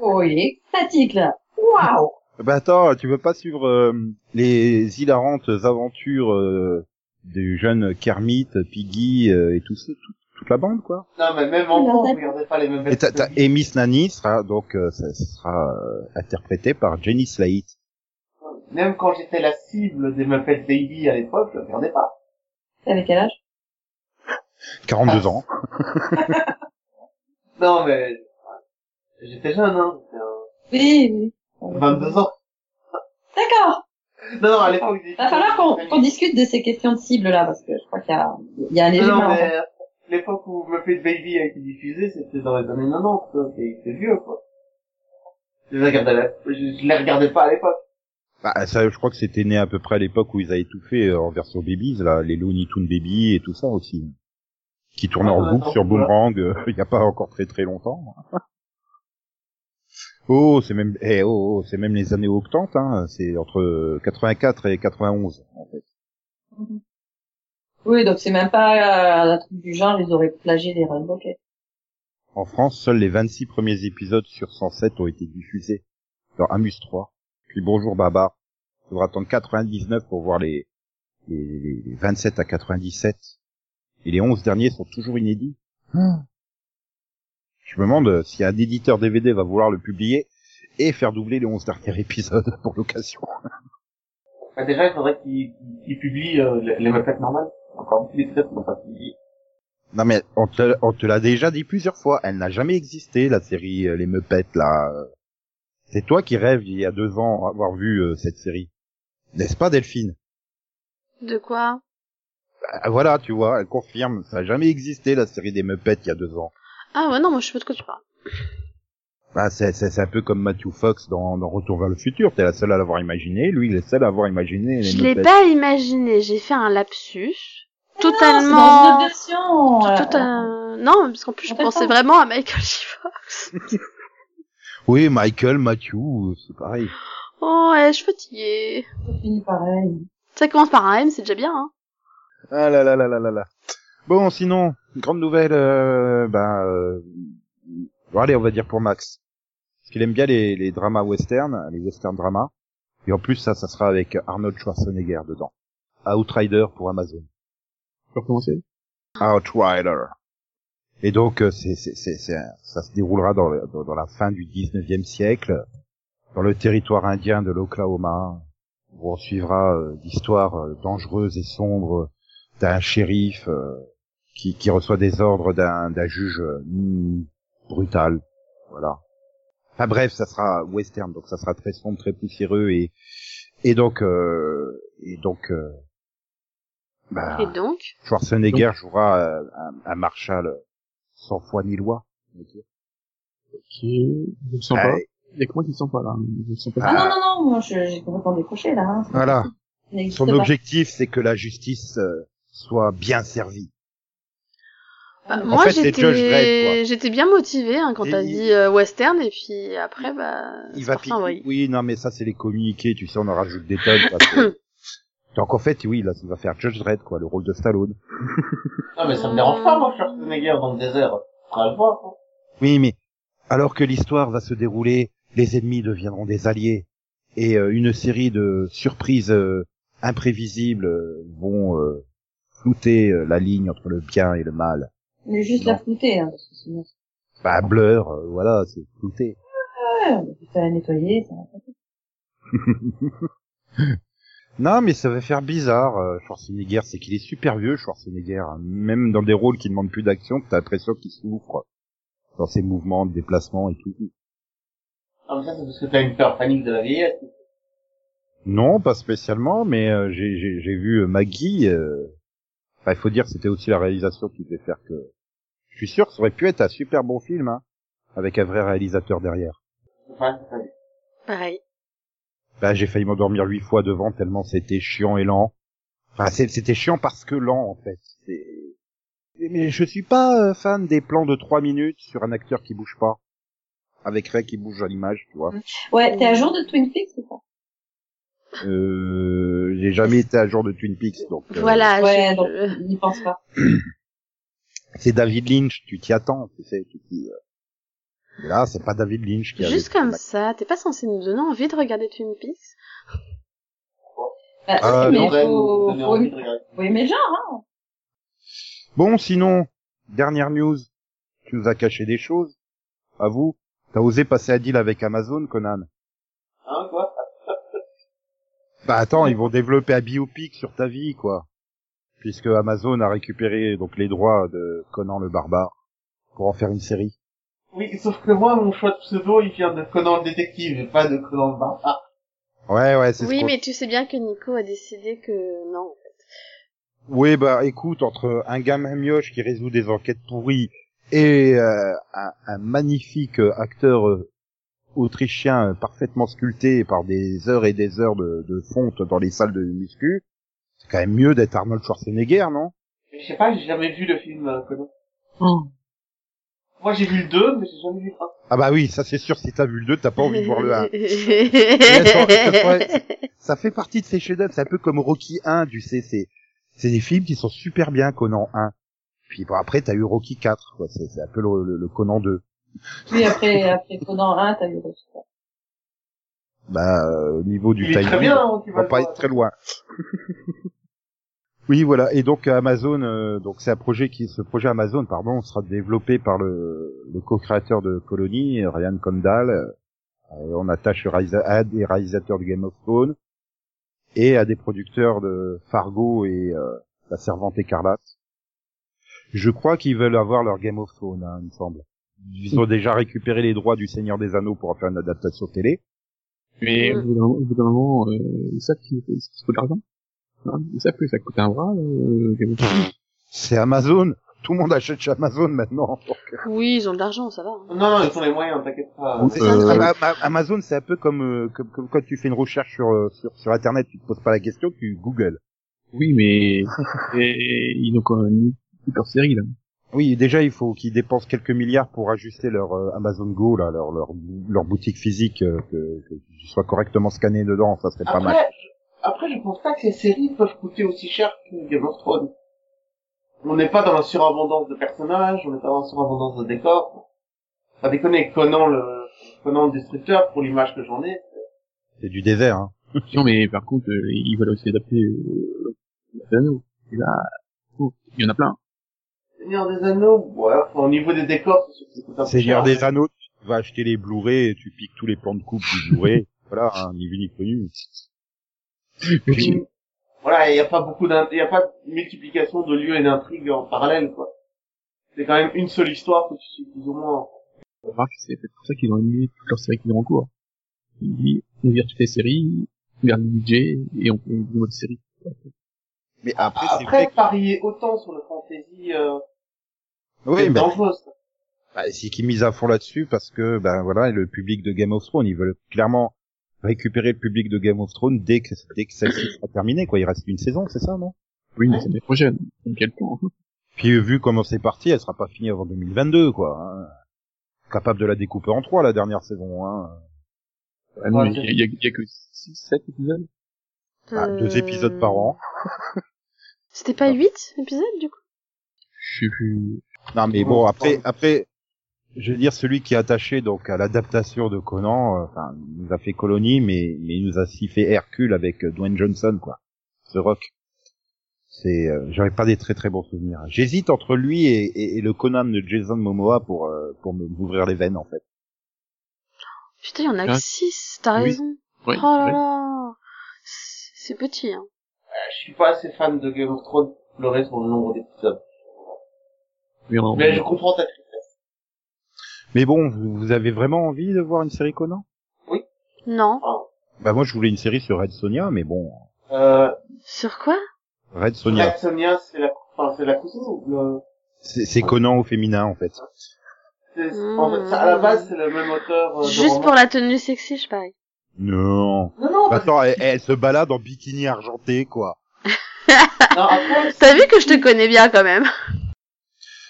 Speaker 4: Oh, il est extatique, là. Waouh!
Speaker 1: Bah attends, tu veux pas suivre euh, les hilarantes aventures euh, du jeune Kermit, Piggy euh, et tout ce- tout- toute la bande quoi.
Speaker 2: Non, mais même
Speaker 4: Il a
Speaker 2: enfant,
Speaker 4: pas-
Speaker 2: vous regardez pas les mêmes
Speaker 1: Et t'as, t'as Amy Snani sera donc euh, ça sera euh, interprétée par Jenny Slate.
Speaker 2: Même quand j'étais la cible des Muppet Baby à l'époque, je regardais pas.
Speaker 4: T'avais quel âge?
Speaker 1: 42 ans.
Speaker 2: Non, mais... J'étais jeune, hein. j'étais, euh,
Speaker 4: Oui, oui.
Speaker 2: 22 ans.
Speaker 4: D'accord.
Speaker 2: Non, non, à l'époque... j'étais-
Speaker 4: Va falloir qu'on qu'on discute de ces questions de cible là, parce que je crois qu'il y a, il y a un léger
Speaker 2: Non, non,
Speaker 4: mélange.
Speaker 2: mais l'époque où Muppet Baby a été diffusé, c'était dans les années 90, ça, c'est c'est vieux, quoi. Je les regardais, à la- je, je les regardais pas à l'époque.
Speaker 1: Bah ça, je crois que c'était né à peu près à l'époque où ils avaient tout fait euh, en version babies là, les Looney Tunes Baby et tout ça aussi, qui tournaient en
Speaker 2: Ah,
Speaker 1: boucle
Speaker 2: attends,
Speaker 1: sur
Speaker 2: voilà.
Speaker 1: Boomerang euh, (laughs) il y a pas encore très très longtemps. (laughs) oh c'est même, eh, oh, oh, c'est même les années 80 hein, c'est entre 84 et 91.
Speaker 4: Oui, donc c'est même pas euh, un truc du genre, ils auraient plagié les Rainbow Cake.
Speaker 1: En France, seuls les 26 premiers épisodes sur 107 ont été diffusés dans Amuse 3. Puis Bonjour Babar. Faudra attendre 99 pour voir les, les, les 27 à 97. Et les 11 derniers sont toujours inédits. Je me demande euh, si un éditeur DVD va vouloir le publier et faire doubler les 11 derniers (laughs) épisodes pour l'occasion.
Speaker 2: Bah, déjà, il faudrait qu'ils qu'ils publient euh, les les Muppets normales. Encore plus les traits n'ont pas publié.
Speaker 1: Non mais on te, on te l'a déjà dit plusieurs fois, elle n'a jamais existé la série euh, Les Muppets là. C'est toi qui rêves il y a deux ans avoir vu euh, cette série, n'est-ce pas Delphine
Speaker 3: De quoi
Speaker 1: Ah, Voilà, tu vois, elle confirme, ça n'a jamais existé la série des Muppets il y a deux ans.
Speaker 3: Ah ouais, non, moi je sais pas de quoi tu parles.
Speaker 1: Bah, c'est, c'est, c'est un peu comme Matthew Fox dans, dans Retour vers le futur, t'es la seule à l'avoir imaginé, lui il est seul à avoir imaginé les
Speaker 3: Je l'ai
Speaker 1: Muppets.
Speaker 3: pas imaginé, j'ai fait un lapsus.
Speaker 4: Ah, c'est dans une
Speaker 3: Totalement...
Speaker 4: autre version.
Speaker 3: tout- tout un- Non, parce qu'en plus je
Speaker 4: On fait
Speaker 3: pensais
Speaker 4: pas.
Speaker 3: vraiment à Michael Shiva.
Speaker 1: Oui, Michael, Matthew, c'est pareil.
Speaker 3: Oh ouais, je suis fatiguée.
Speaker 4: Ça finit pareil.
Speaker 3: Ça commence par un M, c'est déjà bien, hein.
Speaker 1: Ah là là là là là là. Bon, sinon, grande nouvelle, euh, ben, euh, bon, allez, on va dire pour Max. Parce qu'il aime bien les, les dramas western, les western dramas. Et en plus, ça, ça sera avec Arnold Schwarzenegger dedans. Outrider pour Amazon.
Speaker 5: Tu peux recommencer
Speaker 1: Outrider. Et donc, euh, c'est, c'est, c'est, c'est un- ça se déroulera dans, le- dans, dans la fin du 19e siècle, dans le territoire indien de l'Oklahoma, où on suivra euh, l'histoire euh, dangereuse et sombre d'un shérif euh, qui, qui reçoit des ordres d'un, d'un juge euh, hmm, brutal. Voilà. Enfin bref, ça sera western, donc ça sera très sombre, très poussiéreux et et donc euh, et donc euh, bah,
Speaker 3: Et donc
Speaker 1: Schwarzenegger jouera euh, un, un Marshall euh, sans foi ni loi.
Speaker 5: Ok. Je me sens
Speaker 1: Ah,
Speaker 5: pas. Il y a que moi qui me sens pas, là. Je me sens pas.
Speaker 4: Ah,
Speaker 1: Ah.
Speaker 4: non, non, non, moi je- j'ai complètement décroché là. hein.
Speaker 1: Voilà.
Speaker 4: Ça n'existe
Speaker 1: Son
Speaker 4: pas.
Speaker 1: objectif, c'est que la justice euh, soit bien servie.
Speaker 4: Ah.
Speaker 3: bah,
Speaker 1: En
Speaker 3: Moi
Speaker 1: fait, c'est Judge Dredd,
Speaker 3: j'étais j'étais bien motivée hein, quand
Speaker 1: Et
Speaker 3: t'as
Speaker 1: il-
Speaker 3: dit euh, western et puis après bah
Speaker 1: Il
Speaker 3: c'est
Speaker 1: va
Speaker 3: parti en
Speaker 1: piquer.
Speaker 3: vrille.
Speaker 1: Oui, non, mais ça, c'est les communiqués. Tu sais, on en rajoute des tonnes. parce que- Donc en fait, oui, là, il va faire Judge Dredd, quoi, le rôle de Stallone.
Speaker 2: Non, mais ça me dérange pas, moi, Schwarzenegger dans le désert. Faudra le voir, quoi.
Speaker 1: Oui, mais alors que l'histoire va se dérouler, les ennemis deviendront des alliés et euh, une série de surprises euh, imprévisibles euh, vont euh, flouter euh, la ligne entre le bien et le mal.
Speaker 4: Mais juste
Speaker 1: Non.
Speaker 4: la flouter. Hein, parce que sinon...
Speaker 1: Bah, Blur, euh, voilà, c'est flouté.
Speaker 4: Ah, Ouais, on a juste à la nettoyer. Ça... va.
Speaker 1: Non, mais ça va faire bizarre. euh, Schwarzenegger, c'est qu'il est super vieux, Schwarzenegger. hein. Même dans des rôles qui demandent plus d'action, t'as l'impression qu'il souffre dans ses mouvements, de déplacement et tout.
Speaker 6: Ah, mais ça, c'est parce que t'as une peur panique de la vieillesse.
Speaker 1: Non, pas spécialement, mais euh, j'ai- j'ai j'ai vu euh, Maggie. euh, Enfin, il faut dire, c'était aussi la réalisation qui fait faire que. Je suis sûr que ça aurait pu être un super bon film, hein, avec un vrai réalisateur derrière.
Speaker 6: Enfin, c'est ça.
Speaker 3: Pareil.
Speaker 1: Bah, j'ai failli m'endormir huit fois devant tellement c'était chiant et lent. Enfin, c'est- c'était chiant parce que lent, en fait. C'est- Mais je suis pas euh, fan des plans de trois minutes sur un acteur qui bouge pas. Avec Ray qui bouge à l'image, tu vois.
Speaker 3: Mm.
Speaker 4: Ouais, t'es à jour de Twin Peaks ou pas
Speaker 1: Euh, j'ai jamais été à jour de Twin Peaks, donc... euh,
Speaker 3: Voilà,
Speaker 4: Ouais,
Speaker 3: je-
Speaker 4: donc
Speaker 3: je-
Speaker 4: n'y pense pas.
Speaker 1: C'est David Lynch, tu t'y attends, tu sais, tu t'y... euh. Mais Là, c'est pas David Lynch qui a...
Speaker 3: juste comme ça, t'es pas censé nous donner envie de regarder Twin Peaks
Speaker 4: Bah,
Speaker 1: Ah,
Speaker 4: si, mais
Speaker 1: non.
Speaker 6: Ouais,
Speaker 4: faut,
Speaker 6: ça donne
Speaker 4: faut,
Speaker 6: envie de
Speaker 4: faut,
Speaker 6: regarder.
Speaker 4: aimer le genre, hein.
Speaker 1: Bon, sinon, dernière news, tu nous as caché des choses, à vous. T'as osé passer à deal avec Amazon, Conan
Speaker 6: Hein, quoi?
Speaker 1: Bah attends, ils vont développer un biopic sur ta vie, quoi. Puisque Amazon a récupéré donc les droits de Conan le barbare pour en faire une série.
Speaker 6: Oui, sauf que moi, mon choix de pseudo, il vient de Conan le détective et pas de Conan le barbare. Ah,
Speaker 1: Ouais, ouais, c'est ce
Speaker 3: Oui,
Speaker 1: qu'on-
Speaker 3: mais tu sais bien que Nico a décidé que non.
Speaker 1: Oui, bah écoute, entre un gamin mioche qui résout des enquêtes pourries et euh, un, un magnifique euh, acteur euh, autrichien euh, parfaitement sculpté par des heures et des heures de, de fonte dans les salles de muscu, c'est quand même mieux d'être Arnold Schwarzenegger, non
Speaker 6: Mais Je sais pas, j'ai jamais vu le film euh, Conan.
Speaker 4: Mmh.
Speaker 6: Moi, j'ai vu le 2, mais j'ai jamais vu le 1.
Speaker 1: Ah bah oui, ça c'est sûr, si t'as vu le 2, t'as pas envie de voir
Speaker 3: (laughs)
Speaker 1: le 1. ça fait partie de ces chefs-d'œuvre. C'est un peu comme Rocky 1, tu sais, c'est c'est des films qui sont super bien Conan 1. Puis bon, après t'as eu Rocky 4, quoi. C'est c'est un peu le, le- le Conan 2.
Speaker 4: Puis après, après Conan 1, t'as vu le genre.
Speaker 1: Bah euh, au niveau du
Speaker 6: Il est
Speaker 1: timing,
Speaker 6: très bien, hein, tu
Speaker 1: on va
Speaker 6: vas
Speaker 1: pas être très loin. oui, voilà. Et donc Amazon, euh, donc c'est un projet qui, ce projet Amazon, pardon, sera développé par le, le co-créateur de Colony, Ryan Condal. Euh, on attache réalisa- à des réalisateurs de Game of Thrones et à des producteurs de Fargo et euh, La Servante écarlate. Je crois qu'ils veulent avoir leur Game of Thrones, hein, il me semble. Ils ont déjà récupéré les droits du Seigneur des Anneaux pour en faire une adaptation télé.
Speaker 5: Mais
Speaker 3: Mm.
Speaker 5: au bout d'un moment- au bout d'un moment, euh, ils savent qu'il faut de l'argent. Hein, Ils savent que ça coûte un bras. Euh, Game of Thrones.
Speaker 1: C'est Amazon. Tout le monde achète chez Amazon maintenant. (laughs)
Speaker 3: oui, ils ont de l'argent, ça va. hein.
Speaker 6: Non, non, ils ont les moyens, t'inquiète pas.
Speaker 5: Oui,
Speaker 1: C'est
Speaker 5: euh,
Speaker 1: ça, Ama- Ama- Amazon, c'est un peu comme, euh, comme, comme quand tu fais une recherche sur, euh, sur, sur Internet, tu te poses pas la question, tu Google.
Speaker 5: oui, mais et, ils ont quand même une super série là.
Speaker 1: Oui, déjà, il faut qu'ils dépensent quelques milliards pour ajuster leur euh, Amazon Go, là, leur, leur, leur boutique physique, euh, que, que tu sois correctement scanné dedans, ça serait pas mal.
Speaker 6: Après, je- après, je pense pas que ces séries peuvent coûter aussi cher que Game of Thrones. On n'est pas dans la surabondance de personnages, on n'est pas dans la surabondance de décors. Pas déconner, Conan le, Conan le destructeur, pour l'image que j'en ai.
Speaker 1: C'est du désert, hein.
Speaker 5: Non, mais par contre, euh, ils veulent aussi adapter euh, les anneaux. Et là, oh, il y en a plein.
Speaker 6: Seigneur des Anneaux, ouais, enfin, au niveau des décors, c'est sûr que ça coûte un peu
Speaker 1: C'est
Speaker 6: cher.
Speaker 1: genre des anneaux, tu vas acheter les Blu-ray et tu piques tous les plans de coupe du (laughs) Blu-ray. voilà, hein, ni vu ni connu.
Speaker 5: Puis,
Speaker 6: Voilà, il n'y a pas beaucoup d'in- il y a pas de multiplication de lieux et d'intrigues en parallèle, quoi. C'est quand même une seule histoire que tu suis plus ou moins.
Speaker 5: on remarque que c'est peut-être pour ça qu'ils ont annulé toutes leurs séries qu'ils ont en cours. Ils disent, on vire toutes les séries, on garde le budget, et on fait une nouvelle série.
Speaker 1: Mais Ah, après, c'est
Speaker 6: Après,
Speaker 1: vrai
Speaker 6: parier autant sur le fantasy, euh,
Speaker 1: que- Oui,
Speaker 6: c'est
Speaker 1: mais-
Speaker 6: dangereux, ça.
Speaker 1: Bah, c'est qu'ils misent à fond là-dessus parce que ben voilà le public de Game of Thrones ils veulent clairement récupérer le public de Game of Thrones dès que dès que celle-ci sera terminée quoi il reste une saison c'est ça non
Speaker 5: Oui, mais c'est l'année prochaine. Donc, quel temps
Speaker 1: puis euh, vu comment c'est parti elle sera pas finie avant 2022 quoi hein. capable de la découper en trois la dernière saison hein.
Speaker 5: Ah non,
Speaker 6: Ouais,
Speaker 5: mais il y a- il y, a- il y a que 6, 7 épisodes.
Speaker 1: Bah, deux
Speaker 3: Euh,
Speaker 1: épisodes par an Ah.
Speaker 3: C'était pas huit épisodes, du coup
Speaker 5: Je sais plus.
Speaker 1: non mais bon après après je veux dire celui qui est attaché donc à l'adaptation de Conan euh, enfin il nous a fait Colony mais mais il nous a aussi fait Hercule avec euh, Dwayne Johnson quoi ce rock c'est euh, j'aurais pas des très très bons souvenirs. J'hésite entre lui et, et- et le Conan de Jason Momoa pour euh, pour me m'ouvrir les veines en fait.
Speaker 3: Putain, il y en a
Speaker 5: Ah.
Speaker 3: que 6, t'as
Speaker 5: Oui.
Speaker 3: raison.
Speaker 5: Ouais,
Speaker 3: oh là
Speaker 5: ouais.
Speaker 3: là. C'est c'est petit, hein.
Speaker 6: Euh, Je suis pas assez fan de Game of Thrones pour pleurer sur le nombre d'épisodes.
Speaker 5: Mais en-
Speaker 6: Mais je comprends ta critique.
Speaker 1: Mais bon, vous vous avez vraiment envie de voir une série Conan
Speaker 3: Non.
Speaker 1: Bah moi je voulais une série sur Red Sonia, mais bon,
Speaker 6: Euh,
Speaker 3: Sur quoi
Speaker 1: Red Sonia,
Speaker 6: Red Sonia, c'est la, enfin, c'est la cousine ou le,
Speaker 1: c'est c'est Conan au féminin en fait.
Speaker 6: c'est-
Speaker 3: Mm.
Speaker 6: en fait, ça- à la base, c'est le même auteur. euh,
Speaker 1: Oh,
Speaker 6: de
Speaker 3: Juste
Speaker 6: roman.
Speaker 3: pour la tenue sexy, je parie.
Speaker 1: Non.
Speaker 6: Non,
Speaker 4: Oh,
Speaker 6: non,
Speaker 4: bah,
Speaker 6: parce-
Speaker 1: Attends, elle, elle se balade en bikini argenté quoi.
Speaker 6: non,
Speaker 3: (laughs)
Speaker 6: après,
Speaker 3: T'as vu que je te connais bien quand même.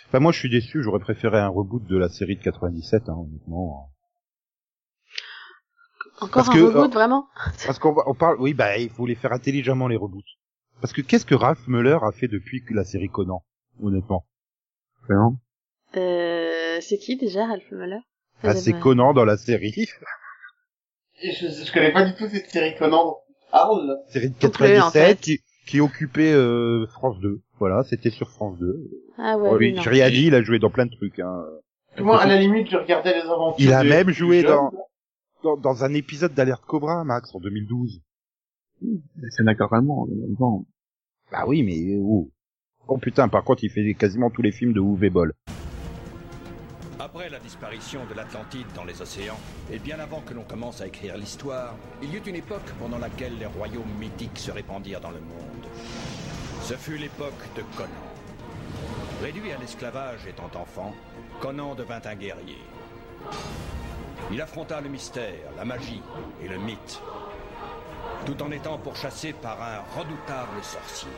Speaker 1: Enfin moi je suis déçu, j'aurais préféré un reboot de la série de 97 hein, honnêtement.
Speaker 3: Encore
Speaker 1: Parce
Speaker 3: un
Speaker 1: que,
Speaker 3: reboot,
Speaker 1: euh,
Speaker 3: vraiment.
Speaker 1: Parce qu'on va- on parle, oui bah il faut les faire intelligemment les reboots. Parce que qu'est-ce que Ralph Muller a fait depuis que la série Conan, honnêtement
Speaker 5: Vraiment.
Speaker 3: Euh, c'est qui déjà, Ralph Muller Ça,
Speaker 1: Ah c'est
Speaker 3: j'aimerais-
Speaker 1: Conan dans la série, (laughs)
Speaker 6: je, je connais pas du tout cette série Conan. Harold, là.
Speaker 1: série de
Speaker 3: Non plus, en
Speaker 1: 97
Speaker 3: fait.
Speaker 1: qui, qui occupait euh, France 2. Voilà, c'était sur France 2.
Speaker 3: Ah ouais,
Speaker 1: Bon,
Speaker 3: lui,
Speaker 1: lui,
Speaker 3: non.
Speaker 1: j'ai rien dit, il a joué dans plein de trucs. Hein.
Speaker 6: Moi, à la limite, je regardais les aventures.
Speaker 1: Il a
Speaker 6: du-
Speaker 1: même
Speaker 6: du
Speaker 1: joué
Speaker 6: jeune.
Speaker 1: dans, dans, dans un épisode d'Alerte Cobra, Max, en 2012.
Speaker 5: C'est un accord allemand, en même temps.
Speaker 1: Bah oui, mais oh. Oh putain, par contre, il fait quasiment tous les films de Uwe Boll.
Speaker 7: Après la disparition de l'Atlantide dans les océans, et bien avant que l'on commence à écrire l'histoire, il y eut une époque pendant laquelle les royaumes mythiques se répandirent dans le monde. Ce fut l'époque de Conan. Réduit à l'esclavage étant enfant, Conan devint un guerrier. Il affronta le mystère, la magie et le mythe, tout en étant pourchassé par un redoutable sorcier.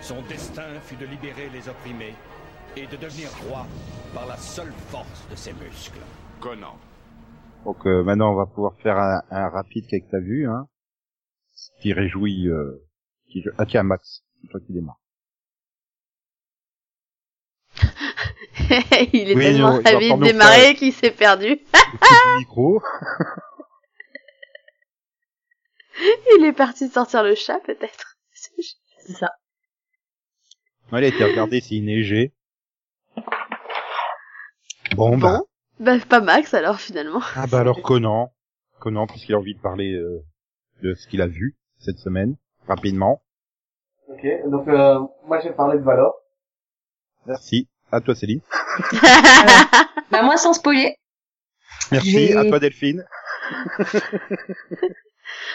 Speaker 7: Son destin fut de libérer les opprimés et de devenir roi par la seule force de ses muscles. Conan.
Speaker 1: Donc euh, maintenant, on va pouvoir faire un, un rapide qu'avec ta vue, hein. Ce qui réjouit... Euh, qui... Ah tiens, Max, c'est toi qui
Speaker 3: (laughs)
Speaker 1: démarre.
Speaker 3: (laughs) il est
Speaker 1: Oui,
Speaker 3: tellement
Speaker 1: non, il va
Speaker 3: ravi
Speaker 1: pas
Speaker 3: de
Speaker 1: nous
Speaker 3: démarrer qu'il s'est perdu. (laughs)
Speaker 1: Le micro.
Speaker 3: il est parti sortir le chat, peut-être. (laughs)
Speaker 4: C'est ça.
Speaker 1: Allez, t'es regardé s'il neigeait. Bon, bah...
Speaker 3: Bah, pas Max, alors, finalement. (laughs)
Speaker 1: Ah bah alors Conan. Conan, puisqu'il a envie de parler euh, de ce qu'il a vu cette semaine, rapidement.
Speaker 6: Ok, donc, euh, moi, j'ai parlé de Valor.
Speaker 1: Merci. À toi Céline. Ah.
Speaker 4: Bah moi sans spoiler.
Speaker 1: Merci.
Speaker 4: J'ai-
Speaker 1: À toi Delphine.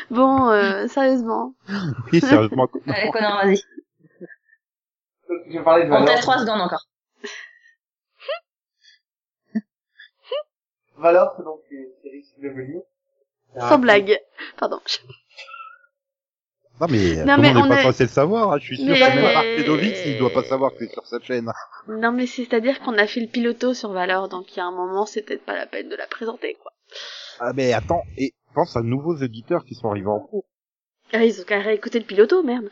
Speaker 3: bon, euh, sérieusement.
Speaker 1: Oui, sérieusement. Conan.
Speaker 4: Allez Conan, vas-y.
Speaker 6: Donc, J'ai parlé de
Speaker 4: On
Speaker 6: Valor.
Speaker 4: t'a trois secondes encore.
Speaker 6: Valor, c'est donc une série CW. Ah,
Speaker 3: Sans blague. Pardon.
Speaker 1: Non mais,
Speaker 3: Non,
Speaker 1: tout le
Speaker 3: mais
Speaker 1: monde
Speaker 3: on
Speaker 1: n'est pas
Speaker 3: est-
Speaker 1: censé le savoir. hein. Je suis sûr
Speaker 3: Mais- euh,
Speaker 1: que même Marc Pédovic, il doit pas savoir que c'est sur sa chaîne.
Speaker 3: Non, mais c'est-à-dire qu'on a fait le piloto sur Valor, donc il y a un moment, c'est peut-être pas la peine de la présenter, quoi.
Speaker 1: Ah mais attends, et pense à de nouveaux auditeurs qui sont arrivés en cours.
Speaker 3: Ah, ils ont qu'à réécouter le piloto, merde.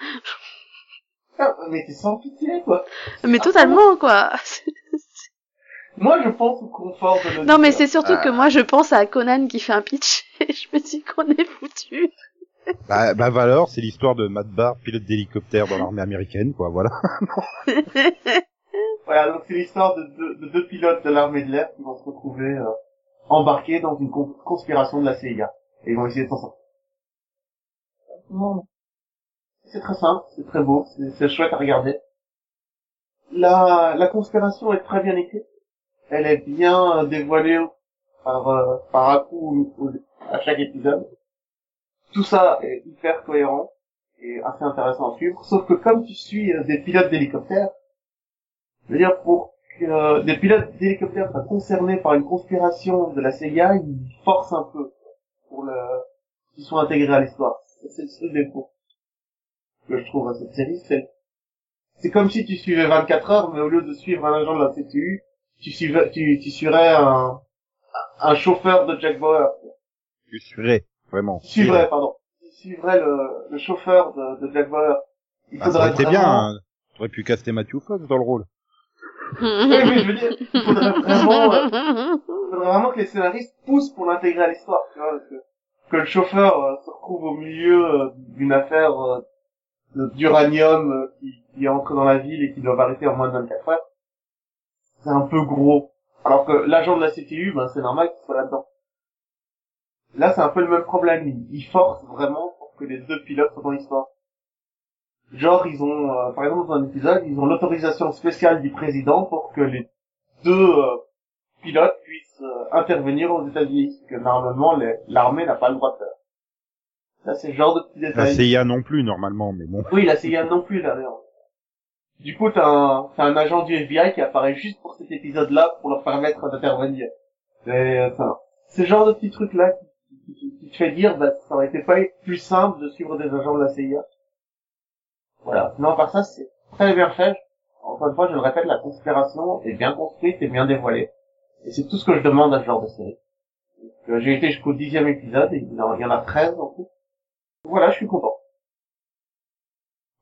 Speaker 6: Ah, mais t'es sans pitié, quoi.
Speaker 3: Mais
Speaker 6: Ah,
Speaker 3: totalement, quoi.
Speaker 6: Moi, je pense au confort de l'auditeur.
Speaker 3: non, mais c'est surtout
Speaker 1: Ah.
Speaker 3: que moi, je pense à Conan qui fait un pitch, (laughs) et je me dis qu'on est foutu.
Speaker 1: Bah, bah Valor, c'est l'histoire de Matt Barr, pilote d'hélicoptère dans l'armée américaine, quoi. Voilà.
Speaker 6: Voilà, donc c'est l'histoire de deux, de deux pilotes de l'armée de l'air qui vont se retrouver euh, embarqués dans une con- conspiration de la CIA. Et ils vont essayer de s'en sortir.
Speaker 4: Bon.
Speaker 6: C'est très simple, c'est très beau, c'est- c'est chouette à regarder. La, la conspiration est très bien écrite. Elle est bien euh, dévoilée au- par, euh, par à coup au- à chaque épisode. Tout ça est hyper cohérent et assez intéressant à suivre. Sauf que comme tu suis euh, des pilotes d'hélicoptères, je veux dire, pour que euh, des pilotes d'hélicoptères soient concernés par une conspiration de la CIA, ils forcent un peu pour le, qu'ils soient intégrés à l'histoire. C'est le seul défaut que je trouve à cette série, c'est c'est comme si tu suivais 24 heures, mais au lieu de suivre un agent de la CTU, tu suivais, tu, tu suivrais un, un chauffeur de Jack Bauer.
Speaker 1: Je suivrai, vraiment.
Speaker 6: Tu suivrais, pardon. Tu suivrais le, le chauffeur de, de Jack Bauer. Il
Speaker 1: Bah, ça aurait été bien.
Speaker 6: vraiment-
Speaker 1: hein. aurait pu caster Matthew Fox dans le rôle.
Speaker 6: (laughs) Oui, mais je veux dire, il faudrait vraiment, euh, il faudrait vraiment que les scénaristes poussent pour l'intégrer à l'histoire, tu vois, parce que, que le chauffeur euh, se retrouve au milieu euh, d'une affaire euh, de- d'uranium euh, qui, qui entre dans la ville et qui doit arrêter en moins de 24 heures, c'est un peu gros. Alors que l'agent de la CTU, ben, c'est normal qu'il soit là-dedans. Là, c'est un peu le même problème. Ils, ils forcent vraiment pour que les deux pilotes soient dans l'histoire. Genre, ils ont, euh, par exemple, dans un épisode, ils ont l'autorisation spéciale du président pour que les deux euh, pilotes puissent euh, intervenir aux États-Unis, ce que normalement les- l'armée n'a pas le droit de faire. Là, c'est le genre de petits
Speaker 1: La
Speaker 6: détails.
Speaker 1: CIA non plus, normalement, mais bon.
Speaker 6: Oui, la CIA non plus, là, d'ailleurs. Du coup, t'as un, t'as un agent du FBI qui apparaît juste pour cet épisode-là, pour leur permettre d'intervenir. C'est, enfin, ce genre de petits trucs-là qui, qui- qui- qui te fait dire, bah, ça aurait été pas plus simple de suivre des agents de la CIA. Voilà. Non, par ça, c'est très bien fait. Encore une fois, je le répète, la conspiration est bien construite et bien dévoilée. Et c'est tout ce que je demande à ce genre de série. Donc, euh, J'ai été jusqu'au dixième épisode, et il y en- il y en a 13 en tout. Voilà, je suis content.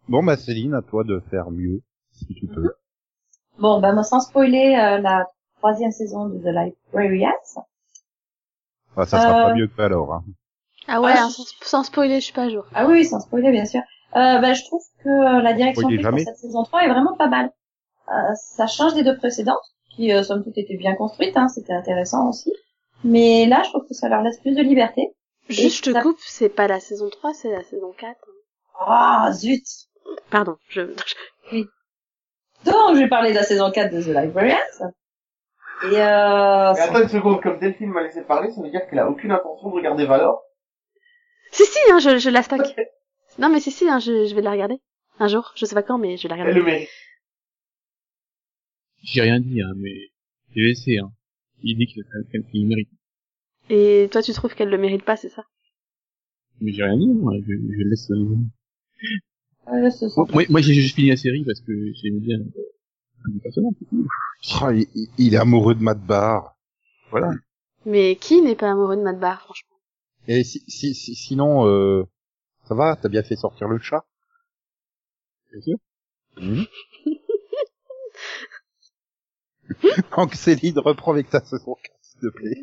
Speaker 1: Bon, bah, Céline, à toi de faire mieux, si tu peux.
Speaker 4: Bon, ben, moi, sans spoiler euh, la troisième saison de The Librarians.
Speaker 1: Enfin, ça sera pas
Speaker 4: Euh.
Speaker 1: mieux que alors, hein.
Speaker 3: Ah ouais,
Speaker 4: Ah,
Speaker 3: hein, sans, sans spoiler, je suis pas à jour.
Speaker 4: Ah oui, sans spoiler, bien sûr. Euh, ben, je trouve que la direction
Speaker 1: Spoiler
Speaker 4: prise pour
Speaker 1: jamais.
Speaker 4: cette saison 3 est vraiment pas mal. Euh, ça change des deux précédentes, qui, euh, somme toute, étaient bien construites, hein, c'était intéressant aussi. Mais là, je trouve que ça leur laisse plus de liberté.
Speaker 3: Juste, je te
Speaker 4: ça-
Speaker 3: coupe, c'est pas la saison 3, c'est la saison 4.
Speaker 4: Ah, zut
Speaker 3: Pardon, je... (laughs)
Speaker 4: Donc, je vais parler de la saison 4 de The Librarians. Et euh,
Speaker 6: Mais attends une seconde, comme Delphine m'a laissé parler, ça veut dire qu'elle a aucune intention de regarder Valor.
Speaker 3: Si, si, hein, je, je la stock. Non, mais si, si, hein, je, je vais la regarder. Un jour, je sais pas quand, mais je vais la
Speaker 6: Elle
Speaker 3: regarder.
Speaker 6: le mérite.
Speaker 5: J'ai rien dit, hein, mais j'ai laissé. Hein. Il dit qu'il a- qu'il mérite.
Speaker 3: Et toi, tu trouves qu'elle le mérite pas, c'est ça
Speaker 5: Mais j'ai rien dit, moi. Je, je laisse. euh,
Speaker 4: euh, ce sont-
Speaker 5: Moi, moi, moi, j'ai juste fini la série parce que j'aime bien euh, le personnage.
Speaker 1: Oh, il, il- il est amoureux de Matt Barr. Voilà.
Speaker 3: Mais qui n'est pas amoureux de Matt Barr, franchement
Speaker 1: Et si, si, si- sinon, euh, ça va, t'as bien fait sortir le chat.
Speaker 5: Bien sûr.
Speaker 1: (laughs) Mhm. Donc, Céline, reprends avec ta saison 4, s'il te plaît.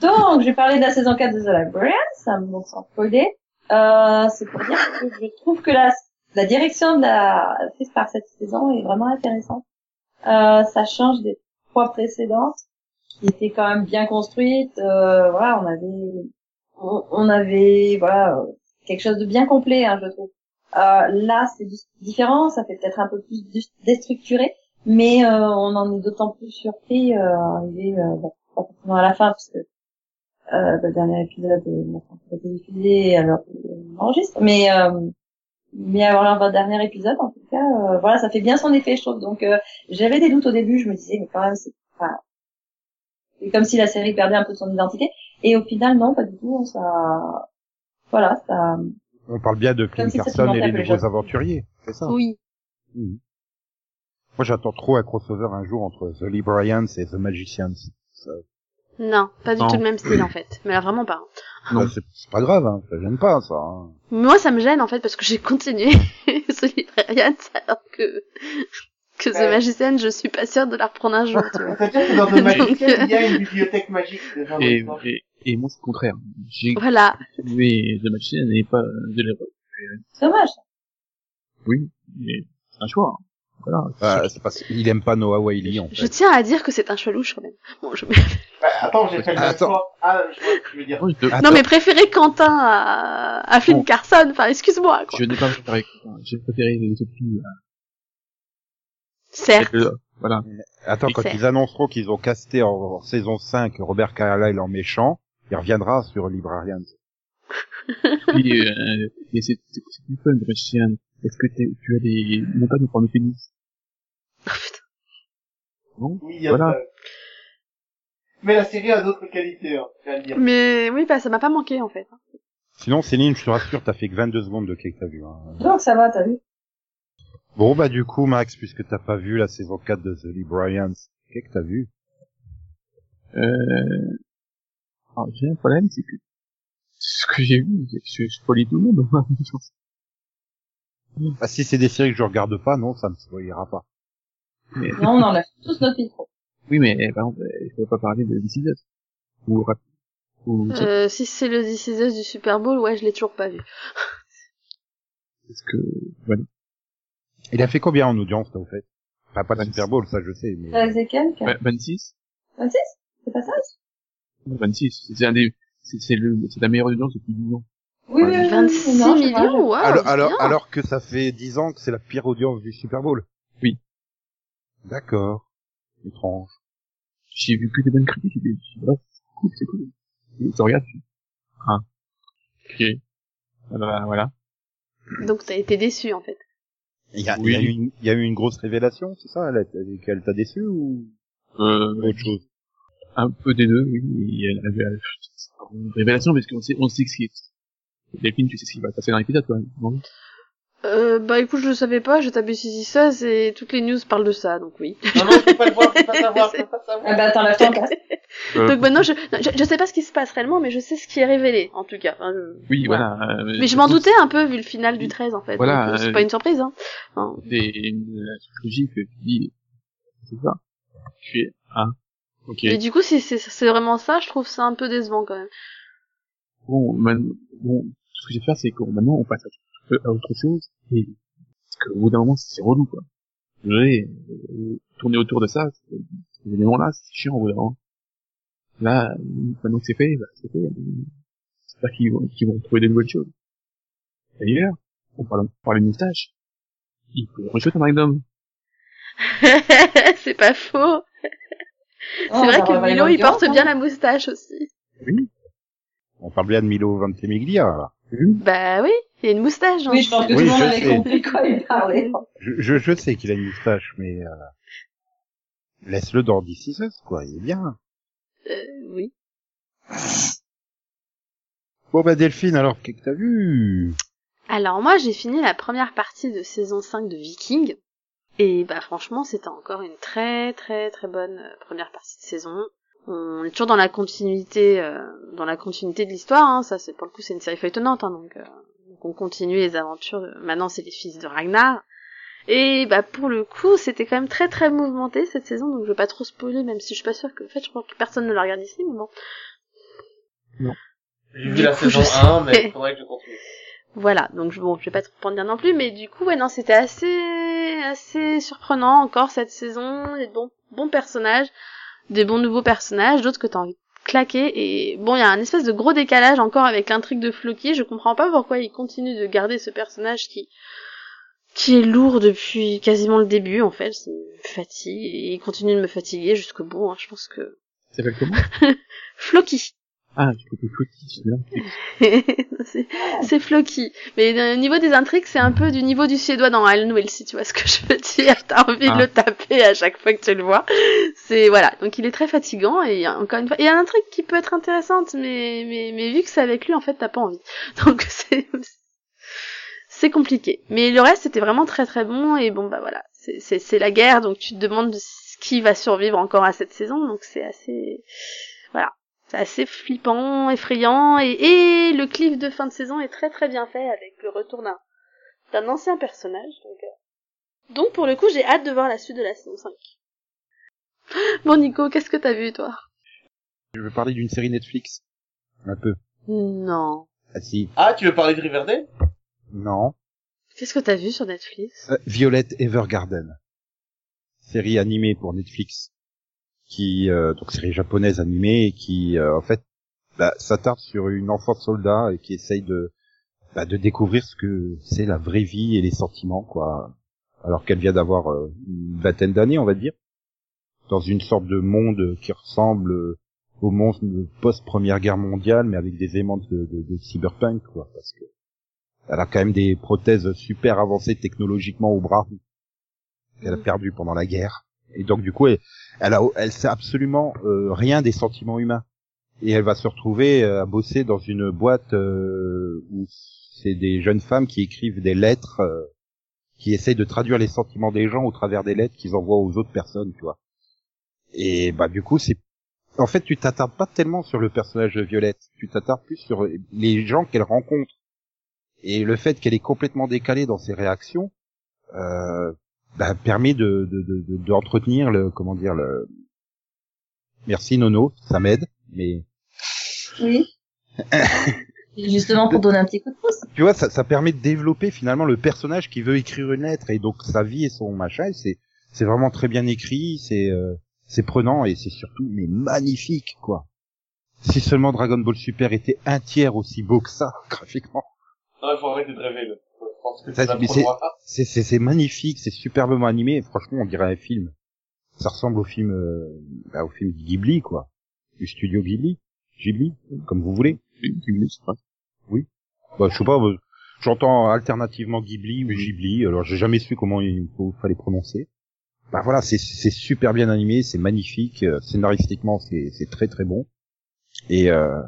Speaker 4: Donc, je vais parler de la saison 4 de The Librarians, donc sans spoiler. Euh, c'est pour dire que je trouve que la, la direction de la, prise par cette saison est vraiment intéressante. Euh, ça change des trois précédentes qui étaient quand même bien construites. Euh, voilà, on avait, on, on avait, voilà, euh, quelque chose de bien complet, hein, je trouve. Euh, là, c'est di- différent, ça fait peut-être un peu plus dé- déstructuré, mais euh, on en est d'autant plus surpris euh, arrivé euh, bah, pas forcément à la fin, parce que euh, le dernier épisode euh, n'a pas encore été diffusé alors qu'on enregistre mais euh, mais avant l'avant-dernier épisode en tout cas euh, voilà ça fait bien son effet je trouve donc euh, j'avais des doutes au début je me disais mais quand même c'est pas c'est comme si la série perdait un peu de son identité et au final non pas du tout ça voilà ça
Speaker 1: On parle bien de Clint
Speaker 4: Comme si c'était
Speaker 1: Carson et les
Speaker 4: mental, déjà.
Speaker 1: nouveaux aventuriers. C'est ça.
Speaker 3: Oui.
Speaker 1: Moi, j'attends trop un crossover un jour entre The Librarians et The Magicians.
Speaker 3: Non, pas du
Speaker 5: Non.
Speaker 3: tout le même style, en fait. Mais là, vraiment pas. hein.
Speaker 5: Non.
Speaker 1: Ça, C'est c'est pas grave, hein. ça gêne pas, ça. hein.
Speaker 3: Moi, ça me gêne, en fait, parce que j'ai continué (laughs) Solitarians, alors que... Que The
Speaker 6: Ouais.
Speaker 3: Magician, je suis pas sûre de la reprendre un jour, tu vois.
Speaker 6: (laughs) C'est-à-dire que dans
Speaker 3: Donc,
Speaker 6: The Magic, il y a une bibliothèque magique de gens
Speaker 5: Et,
Speaker 6: de
Speaker 5: et, et moi, c'est le contraire. J'ai
Speaker 3: Voilà.
Speaker 5: mais The Machine n'est pas euh, de l'erreur.
Speaker 4: c'est dommage
Speaker 5: Oui, mais c'est un choix. hein. Voilà.
Speaker 1: Ah, c'est parce qu'il aime pas Noah Wiley, en
Speaker 3: Je
Speaker 1: fait.
Speaker 3: tiens à dire que c'est un choix louche, quand même. Bon, je...
Speaker 6: Bah, attends, j'ai fait le même
Speaker 1: Attends.
Speaker 6: choix. Ah, je vois ce que tu veux dire.
Speaker 5: Moi, je,
Speaker 3: Non, mais préférer Quentin à, à Flynn
Speaker 5: Bon.
Speaker 3: Carson, enfin, excuse-moi, quoi.
Speaker 5: je n'ai pas préféré. enfin, J'ai préféré les autres filles. euh,
Speaker 3: Certes. Eh.
Speaker 5: avec le- Voilà.
Speaker 1: Attends, quand
Speaker 3: C'est-
Speaker 1: ils annonceront qu'ils ont casté en, en saison 5 Robert Carlyle en méchant, il reviendra sur Librarians.
Speaker 5: Puis, euh, mais c'est c'est- c'est plus fun, The Machine. Est-ce que t'es- tu as des montagnes pour le pénis
Speaker 3: Oh, putain.
Speaker 5: Non
Speaker 6: Oui, il y a
Speaker 5: Voilà.
Speaker 6: ça. Mais la série a d'autres qualités, hein, je vais le dire.
Speaker 3: Mais oui, bah, ça m'a pas manqué, en fait.
Speaker 1: Sinon, Céline, je te rassure, t'as fait que 22 secondes de cake que t'as vu. hein.
Speaker 4: donc ça va t'as vu
Speaker 1: Bon, bah, du coup, Max, puisque t'as pas vu la saison 4 de The Librarians, qu'est-ce que t'as vu?
Speaker 5: Euh... Alors, j'ai un problème, c'est que ce que j'ai vu, je je spoilais tout le monde.
Speaker 1: Bah, si c'est des séries que je regarde pas, non, ça me spoilera pas.
Speaker 5: (laughs) Mais,
Speaker 4: Non, on enlève tous notre micro.
Speaker 5: oui, mais eh, par exemple, euh, je peux pas parler de This Is Us. Ou Rap- ou ça,
Speaker 3: Euh, si c'est le This Is Us du Super Bowl, ouais, je l'ai toujours pas vu.
Speaker 5: parce que
Speaker 1: Il a fait combien en audience, là, au fait Enfin, pas de
Speaker 5: Vingt-six.
Speaker 1: Super Bowl, ça, je sais, mais...
Speaker 4: Euh, c'est quel quel-
Speaker 5: Ouais, 26,
Speaker 4: 26 C'est pas ça
Speaker 5: 26, c'est un des, c'est, c'est le, c'est la meilleure audience depuis 10 ans.
Speaker 4: Oui, oui, oui, oui.
Speaker 3: 26
Speaker 4: non, je sais pas,
Speaker 3: millions, waouh,
Speaker 1: alors,
Speaker 3: c'est
Speaker 1: Ah, alors,
Speaker 3: oh, bien.
Speaker 1: alors que ça fait 10 ans que c'est la pire audience du Super Bowl.
Speaker 5: Oui.
Speaker 1: D'accord. Étrange.
Speaker 5: J'ai vu que des bonnes critiques, et des- voilà, c'est cool, c'est cool. Et tu regardes, tu, ah, ok, voilà, voilà.
Speaker 3: Donc t'as été déçu en fait.
Speaker 1: Il y a, il
Speaker 5: Oui.
Speaker 1: y a eu une- il y a eu une grosse révélation, c'est ça Elle t'a- qu'elle t'a déçu ou
Speaker 5: Euh,
Speaker 1: autre chose
Speaker 5: un peu des deux, oui, et elle avait, euh, c'est pas une révélation, parce qu'on sait, on sait ce qui est, Delphine, tu sais ce qui va se passer dans l'épisode, toi, non?
Speaker 3: Euh, bah écoute, je le savais pas, j'ai tapé This Is Us et toutes les news parlent de ça, donc oui.
Speaker 6: Non, non, je peux pas le voir, je peux pas savoir, je peux pas savoir.
Speaker 4: Ah bah (laughs)
Speaker 3: (laughs)
Speaker 4: attends, lâche ton casque.
Speaker 5: Euh,
Speaker 3: Donc maintenant, je, non, je, je sais pas ce qui se passe réellement, mais je sais ce qui est révélé, en tout cas. Enfin, je-
Speaker 5: oui,
Speaker 3: voilà.
Speaker 5: voilà. euh,
Speaker 3: Mais je m'en doutais un peu, vu le final du 13, en fait.
Speaker 5: Voilà,
Speaker 3: Donc, euh, c'est
Speaker 5: euh,
Speaker 3: pas une surprise, hein. Non.
Speaker 5: des une euh, logique que tu dis c'est ça tu es ah ok
Speaker 3: Et du coup, si c'est c'est vraiment ça, je trouve ça un peu décevant, quand même.
Speaker 5: bon maintenant bon ce que je vais faire c'est qu'on maintenant on passe à, à autre chose et parce qu'au bout d'un moment c'est relou quoi j'ai tourner autour de ça c'est- ces éléments là c'est chiant au bout d'un moment là euh, maintenant que c'est fait bah, c'est fait euh, j'espère qu'ils vont qu'ils vont trouver des nouvelles choses d'ailleurs on parle on parle de moustache il peut rejouer un magnum
Speaker 4: (laughs)
Speaker 3: c'est pas faux.
Speaker 4: Oh,
Speaker 3: c'est vrai
Speaker 4: bah, on va
Speaker 3: que
Speaker 4: aller
Speaker 3: Milo,
Speaker 4: dans
Speaker 3: il
Speaker 4: le
Speaker 3: porte
Speaker 4: garage,
Speaker 3: bien la
Speaker 4: hein.
Speaker 3: moustache aussi.
Speaker 1: On parle bien de Milo Ventimiglia, là.
Speaker 3: Bah oui, il y a une moustache. hein.
Speaker 4: Oui, je pense que
Speaker 1: Oui,
Speaker 4: tout le monde
Speaker 1: je
Speaker 4: avait
Speaker 1: sais.
Speaker 4: compris de quoi il parlait.
Speaker 1: Je, je, je sais qu'il a une moustache, mais... euh, Laisse-le dans d'ici quoi, il est bien.
Speaker 3: Euh, oui.
Speaker 1: Bon bah Delphine, alors, qu'est-ce que t'as vu
Speaker 3: Alors moi, j'ai fini la première partie de saison 5 de Viking. Et bah franchement, c'était encore une très très très bonne euh, première partie de saison. On est toujours dans la continuité, euh, dans la continuité de l'histoire. hein. Ça, c'est pour le coup, c'est une série feuilletonnante, hein, donc, euh, donc on continue les aventures. de- Maintenant, c'est les fils de Ragnar. Et bah pour le coup, c'était quand même très très mouvementé cette saison, donc je vais pas trop spoiler, même si je suis pas sûre que, en fait, je crois que personne ne la regarde ici, mais bon.
Speaker 6: (laughs) J'ai
Speaker 3: Du
Speaker 6: vu la
Speaker 3: coup,
Speaker 6: saison
Speaker 3: je sais.
Speaker 6: 1, mais faudrait que je continue.
Speaker 3: Voilà, donc je- bon, je vais pas trop en dire non plus, mais du coup, ouais, non, c'était assez, assez surprenant encore cette saison. Des bons, bons personnages, des bons nouveaux personnages, d'autres que t'as envie de claquer. Et bon, il y a un espèce de gros décalage encore avec l'intrigue de Floki. Je comprends pas pourquoi ils continuent de garder ce personnage qui, qui est lourd depuis quasiment le début, en fait. Il me fatigue, et il continue de me fatiguer jusqu'au bout, hein, je pense que...
Speaker 5: ça s'appelle comment
Speaker 3: Floki!
Speaker 5: ah je peux plus petit là
Speaker 3: c'est c'est floqué. Mais euh, au niveau des intrigues, c'est un peu du niveau du suédois dans Hell Noel, si tu vois ce que je veux dire. T'as envie
Speaker 5: Ah.
Speaker 3: de le taper à chaque fois que tu le vois. C'est voilà. Donc il est très fatigant et encore une fois, il y a une intrigue qui peut être intéressante, mais mais mais vu que c'est avec lui, en fait, t'as pas envie. (laughs) Donc c'est c'est compliqué. Mais le reste, c'était vraiment très très bon et bon bah voilà, c'est c'est c'est la guerre, donc tu te demandes de ce qui va survivre encore à cette saison, donc c'est assez c'est assez flippant, effrayant, et, et le cliff de fin de saison est très très bien fait avec le retour d'un, d'un ancien personnage. Donc, euh. donc pour le coup, j'ai hâte de voir la suite de la saison 5. (gasps) Bon Nico, qu'est-ce que t'as vu toi
Speaker 1: Je veux parler d'une série Netflix. Un peu.
Speaker 3: Non.
Speaker 1: Ah si.
Speaker 6: Ah, tu veux parler de Riverdale?
Speaker 1: Non.
Speaker 3: Qu'est-ce que t'as vu sur Netflix
Speaker 1: Euh, Violet Evergarden, série animée pour Netflix, qui euh, donc série japonaise animée et qui euh, en fait bah, s'attarde sur une enfant soldat et qui essaye de bah, de découvrir ce que c'est la vraie vie et les sentiments quoi, alors qu'elle vient d'avoir euh, une vingtaine d'années on va dire, dans une sorte de monde qui ressemble euh, au monde post Première Guerre mondiale mais avec des éléments de, de- de cyberpunk quoi parce que elle a quand même des prothèses super avancées technologiquement au bras qu'elle a
Speaker 3: Mhm.
Speaker 1: perdu pendant la guerre. Et donc du coup, elle, elle a, elle sait absolument euh, rien des sentiments humains. Et elle va se retrouver euh, à bosser dans une boîte euh, où c'est des jeunes femmes qui écrivent des lettres, euh, qui essayent de traduire les sentiments des gens au travers des lettres qu'ils envoient aux autres personnes, tu vois. Et bah du coup, c'est en fait, tu t'attardes pas tellement sur le personnage de Violette, tu t'attardes plus sur les gens qu'elle rencontre Et le fait qu'elle est complètement décalée dans ses réactions euh, bah, permet de d'entretenir de, de, de, le comment dire le merci Nono, ça m'aide, mais
Speaker 4: (laughs) Oui. Justement pour donner un petit coup de pouce.
Speaker 1: tu vois, ça, ça permet de développer finalement le personnage qui veut écrire une lettre et donc sa vie et son machin. et C'est c'est vraiment très bien écrit, c'est euh, c'est prenant et c'est surtout mais magnifique quoi. Si seulement Dragon Ball Super était un tiers aussi beau que ça (laughs) graphiquement.
Speaker 6: Non, il faut arrêter de rêver, là. Je pense que
Speaker 1: Ça,
Speaker 6: tu vas
Speaker 1: mais
Speaker 6: trop loin.
Speaker 1: C'est c'est c'est magnifique, c'est superbement animé. Et franchement, on dirait un film. Ça ressemble au film euh, bah, au film Ghibli quoi, du studio Ghibli, Ghibli, comme vous voulez.
Speaker 5: Oui, dix minutes, ouais.
Speaker 1: Bah, je sais pas, euh, j'entends alternativement Ghibli
Speaker 6: Mhm.
Speaker 1: ou Ghibli, alors j'ai jamais su comment il faut- fallait prononcer. Bah voilà, c'est- c'est super bien animé, c'est magnifique, euh, scénaristiquement c'est c'est très très bon. Et euh,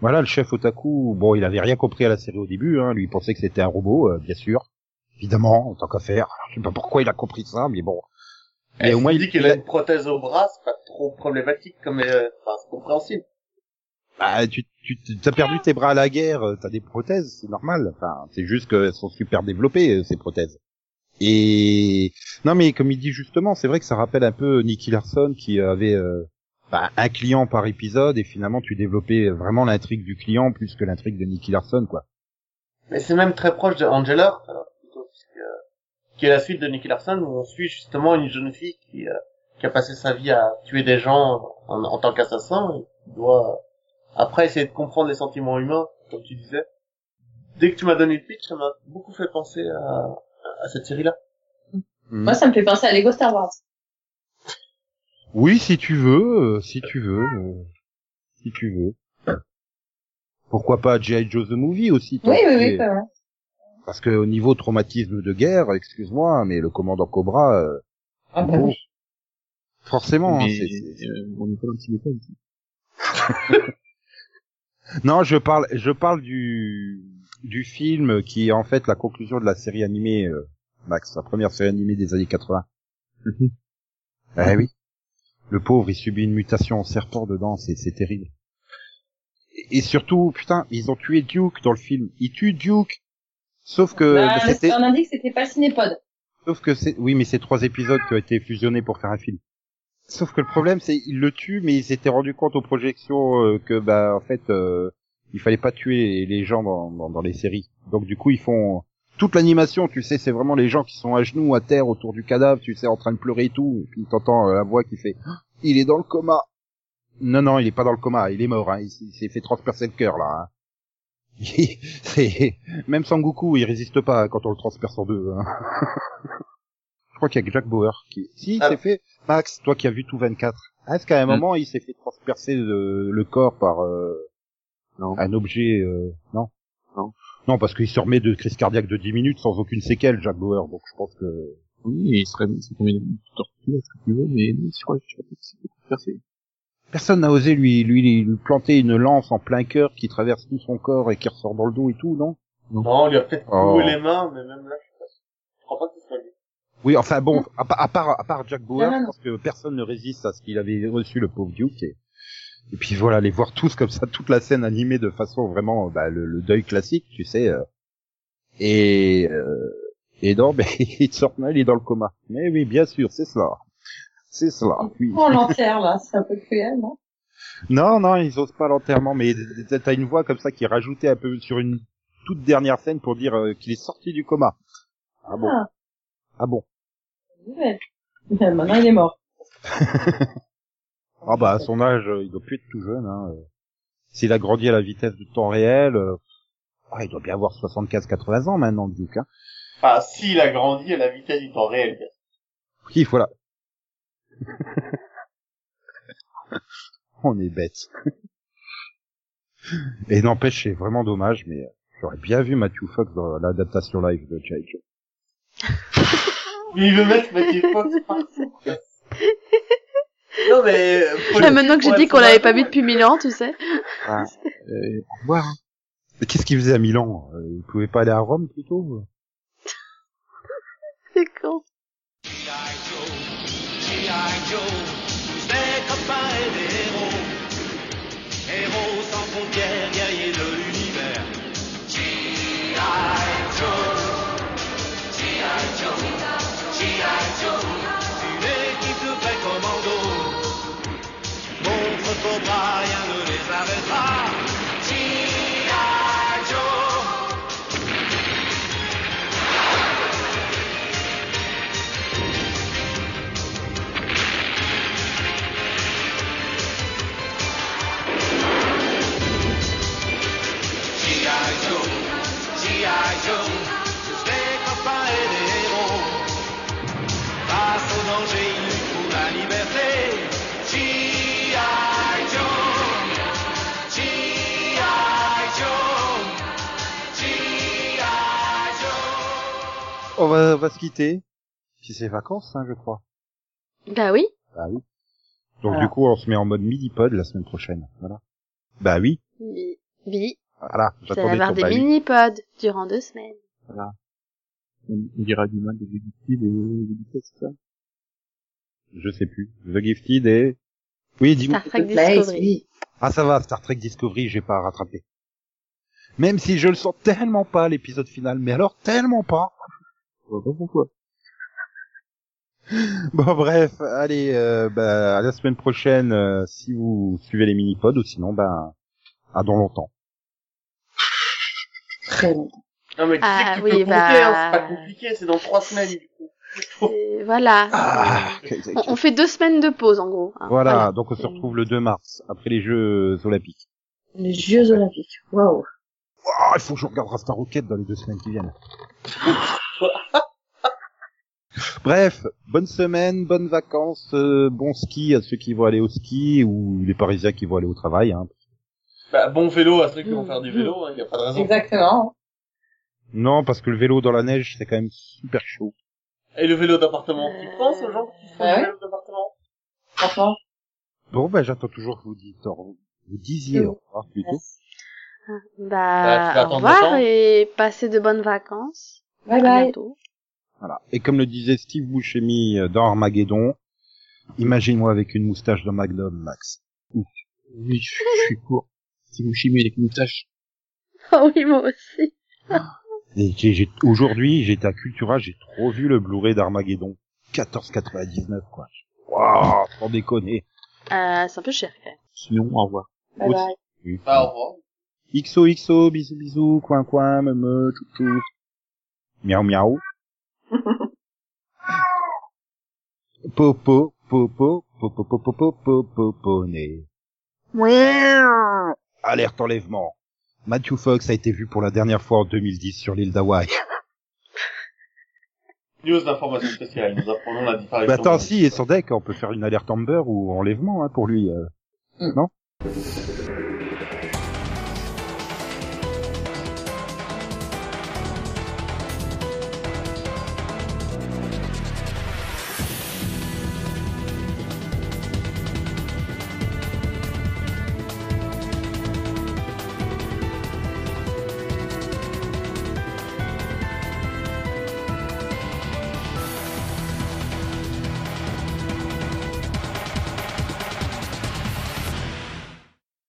Speaker 1: voilà, le chef Otaku, bon, il avait rien compris à la série au début, hein, lui il pensait que c'était un robot, euh, bien sûr, évidemment, en tant qu'affaire. Je sais pas pourquoi il a compris ça, mais bon. Mais
Speaker 6: Eh,
Speaker 1: au moins
Speaker 6: si
Speaker 1: il,
Speaker 6: tu dis qu'elle
Speaker 1: il
Speaker 6: a
Speaker 1: a-
Speaker 6: une prothèse au bras, c'est pas trop problématique, comme, euh, enfin, c'est compréhensible.
Speaker 1: bah, tu tu tu- t'as perdu tes bras à la guerre, euh, t'as des prothèses, c'est normal. Enfin, c'est juste qu'elles sont super développées euh, ces prothèses. Et non mais comme il dit justement, c'est vrai que ça rappelle un peu Nicky Larson qui avait euh, bah, un client par épisode et finalement tu développais vraiment l'intrigue du client plus que l'intrigue de Nicky Larson quoi.
Speaker 6: Mais c'est même très proche de Angela, alors, plutôt, puisque, euh, qui est la suite de Nicky Larson, où on suit justement une jeune fille qui, euh, qui a passé sa vie à tuer des gens en, en tant qu'assassin, et qui doit, euh, après essayer de comprendre les sentiments humains, comme tu disais. Dès que tu m'as donné le pitch, ça m'a beaucoup fait penser à, à cette série-là.
Speaker 1: Mm.
Speaker 4: Moi, ça me fait penser à Lego Star Wars.
Speaker 1: Oui, si tu veux, euh, si tu veux, euh, si tu veux. Pourquoi pas G.I. Joe the Movie aussi tant
Speaker 4: Oui, oui,
Speaker 1: qu'il
Speaker 4: oui,
Speaker 1: est-
Speaker 4: quand même.
Speaker 1: Parce que au niveau traumatisme de guerre, excuse-moi, mais le commandant Cobra, euh,
Speaker 4: Ah, bah
Speaker 1: bon,
Speaker 4: oui.
Speaker 1: forcément. hein,
Speaker 5: Mais,
Speaker 1: c'est- c'est-
Speaker 5: euh, on n'est pas dans le petit détail ici.
Speaker 1: Non, je parle, je parle du du film qui est en fait la conclusion de la série animée euh, Max, la première série animée des années 80.
Speaker 5: Mhm.
Speaker 1: Ah oui. Le pauvre, il subit une mutation en serpent dedans, c'est c'est terrible. Et- Et surtout, putain, ils ont tué Duke dans le film. Ils tuent Duke. Sauf que
Speaker 4: Bah,
Speaker 1: mais c'était,
Speaker 4: on a dit que c'était pas le cinépode.
Speaker 1: Sauf que c'est, oui, mais c'est trois épisodes qui ont été fusionnés pour faire un film. Sauf que le problème, c'est ils le tuent, mais ils s'étaient rendus compte aux projections euh, que, bah, en fait, euh, il fallait pas tuer les gens dans, dans, dans les séries. Donc du coup, ils font toute l'animation. Tu sais, c'est vraiment les gens qui sont à genoux, à terre, autour du cadavre, tu sais, en train de pleurer et tout. Et puis t'entends euh, la voix qui fait Ah, "Il est dans le coma." Non, non, il est pas dans le coma. Il est mort. Hein. Il, s- il s'est fait transpercer le cœur (laughs) là. hein. c'est même Sangoku, il résiste pas quand on le transperce en deux. hein. Je crois qu'il y a que Jack Bauer qui. Si, il
Speaker 6: Ah.
Speaker 1: s'est fait. Max, toi qui as vu tout 24. Est-ce
Speaker 5: Mm.
Speaker 1: qu'à un moment il s'est fait transpercer le, le corps par euh,
Speaker 5: Non.
Speaker 1: un objet euh, Non.
Speaker 5: Non.
Speaker 1: Non, parce qu'il se remet de crise cardiaque de 10 minutes sans aucune séquelle, Jack Bauer. Donc je pense que.
Speaker 5: Oui, et il serait, c'est combien de tortues, ce que tu veux, mais non, je crois que je sais pas si c'est pour faire, c'est-
Speaker 1: Personne n'a osé lui, lui lui planter une lance en plein cœur qui traverse tout son corps et qui ressort dans le dos et tout, non
Speaker 6: Non, on lui a peut-être
Speaker 1: Oh.
Speaker 6: coupé les mains, mais même là, je sais pas. Je crois pas que ce soit lui.
Speaker 1: Oui, enfin bon, à, pa- à part à part Jack Bauer,
Speaker 4: Mm. Non, non,
Speaker 1: je
Speaker 4: non.
Speaker 1: pense que personne ne résiste à ce qu'il avait reçu le pauvre Duke. Et, et puis voilà, les voir tous comme ça, toute la scène animée de façon vraiment bah, le, le deuil classique, tu sais. euh. et euh, et non, (laughs) ben il sort mal, il est dans le coma. Mais oui, bien sûr, c'est cela, c'est cela. Oui.
Speaker 4: On l'enterre, là. C'est un peu cruel, non?
Speaker 1: Non, non, ils osent pas l'enterrement, mais t'as une voix comme ça qui est rajoutée un peu sur une toute dernière scène pour dire euh, qu'il est sorti du coma. Ah bon,
Speaker 4: Ah.
Speaker 1: ah bon.
Speaker 4: Ouais. Mais Maintenant, il est mort.
Speaker 1: Ah bah à son âge, euh, il doit plus être tout jeune. Hein. euh. S'il a grandi à la vitesse du temps réel, euh, ah, il doit bien avoir 75-80 ans maintenant, Duke. Hein.
Speaker 6: Ah, s'il a grandi à la vitesse du temps réel, bien
Speaker 1: Oui, voilà. (laughs) On est bête. Et n'empêche, c'est vraiment dommage, mais euh, j'aurais bien vu Matthew Fox dans l'adaptation live de J.I. Joe.
Speaker 6: Mais il veut mettre Mathieu Fox partout. quoi. non mais euh, faut le-
Speaker 3: Là, Bah, Ah, maintenant que j'ai
Speaker 6: faut
Speaker 3: dit
Speaker 6: être
Speaker 3: qu'on l'avait
Speaker 6: honnête,
Speaker 3: pas vu depuis mille ans, tu sais.
Speaker 5: Euh, au revoir, hein.
Speaker 1: Mais Qu'est-ce qu'il faisait à Milan Euh, Il pouvait pas aller à Rome plutôt
Speaker 3: (laughs) C'est con.
Speaker 7: G.I. Joe, G.I. Joe, mes copains et les héros, héros sans frontières, guerriers de l'univers. G.I.
Speaker 1: on va, on va se quitter. Puis c'est vacances, hein, je crois.
Speaker 3: Bah oui.
Speaker 1: Bah oui. Donc
Speaker 3: Ah.
Speaker 4: Voilà.
Speaker 1: du coup, on se met en mode midi-pod la semaine prochaine. Voilà. Bah oui.
Speaker 3: Bi, bi,
Speaker 1: Voilà.
Speaker 3: vous allez
Speaker 1: J'attendais
Speaker 3: avoir
Speaker 1: ton
Speaker 3: des
Speaker 1: bah oui.
Speaker 3: mini-pods durant deux semaines.
Speaker 5: On, on dira du mal des Judith et des Beatles, c'est ça
Speaker 1: Je sais plus. The Gifted et... Oui, dis-moi.
Speaker 3: Star Trek
Speaker 4: Place,
Speaker 3: Discovery.
Speaker 4: oui.
Speaker 1: Ah ça va, Star Trek Discovery, j'ai pas rattrapé. Même si je le sens tellement pas l'épisode final, mais alors tellement pas.
Speaker 5: Je vois pas pourquoi.
Speaker 1: Bon bref, allez, euh, bah, à la semaine prochaine euh, si vous suivez les mini-pods ou sinon, bah, à dans longtemps.
Speaker 4: Très bon.
Speaker 6: Non, mais tu
Speaker 3: Ah,
Speaker 6: sais que tu
Speaker 3: oui,
Speaker 6: peux compter, hein,
Speaker 3: bah.
Speaker 6: c'est pas compliqué, c'est dans trois semaines. du coup.
Speaker 3: Et Voilà.
Speaker 1: Ah,
Speaker 3: On, on fait deux semaines de pause en gros. hein.
Speaker 1: voilà, donc on se retrouve le 2 mars, après les Jeux Olympiques.
Speaker 4: Les Jeux Olympiques. Waouh.
Speaker 1: Oh, il faut que je regarde Star Rocket dans les deux semaines qui viennent. (laughs) Bref, bonne semaine, bonnes vacances, euh, bon ski à ceux qui vont aller au ski ou les Parisiens qui vont aller au travail. Hein.
Speaker 6: Bah, bon vélo à ceux qui vont
Speaker 4: Mm.
Speaker 6: faire du vélo, hein, y a pas de
Speaker 1: Ah
Speaker 6: raison.
Speaker 4: Exactement.
Speaker 1: Non, parce que le vélo dans la neige, c'est quand même super chaud.
Speaker 6: Et le vélo d'appartement, tu
Speaker 3: Euh,
Speaker 6: penses aux gens qui font du
Speaker 4: bah ouais.
Speaker 6: vélo d'appartement
Speaker 4: Franchement.
Speaker 1: Bon, ben j'attends toujours que vous, dites, au- vous disiez
Speaker 4: Oui.
Speaker 1: au revoir plutôt.
Speaker 4: Merci.
Speaker 6: Bah, tu vas
Speaker 3: Bah, au
Speaker 6: attendre
Speaker 3: revoir
Speaker 6: longtemps.
Speaker 3: et passez de bonnes vacances.
Speaker 4: Bye
Speaker 3: À
Speaker 4: bye.
Speaker 3: bientôt.
Speaker 1: Voilà. Et comme le disait Steve Buscemi euh, dans Armageddon, imagine-moi avec une moustache de Magnum, Max.
Speaker 5: Oui, je, je suis court. Si vous chimez avec une moustache,
Speaker 3: Oh (laughs) oui, moi aussi.
Speaker 1: Et j'ai- j'ai- Aujourd'hui, j'étais à Cultura, j'ai trop vu le Blu-ray d'Armageddon. 14,99 quoi. Waouh, sans déconner.
Speaker 3: Euh, c'est un peu cher quand même.
Speaker 5: sinon, au revoir.
Speaker 4: Bye
Speaker 1: Aussi.
Speaker 4: bye.
Speaker 1: Oui.
Speaker 6: Bah, au revoir.
Speaker 1: XO, XO, bisous, bisous, coin, coin, me, me, chou, chou. Miaou,
Speaker 4: (laughs)
Speaker 1: miaou. Popo, popo, popo, popo, popo, poponé. Alerte enlèvement. Matthew Fox a été vu pour la dernière fois en 2010 sur l'île d'Hawaï.
Speaker 6: News d'information spéciale, nous apprenons la disparition.
Speaker 1: Bah attends,
Speaker 6: de-
Speaker 1: si, et son deck, on peut faire une alerte Amber ou enlèvement hein, pour lui. euh.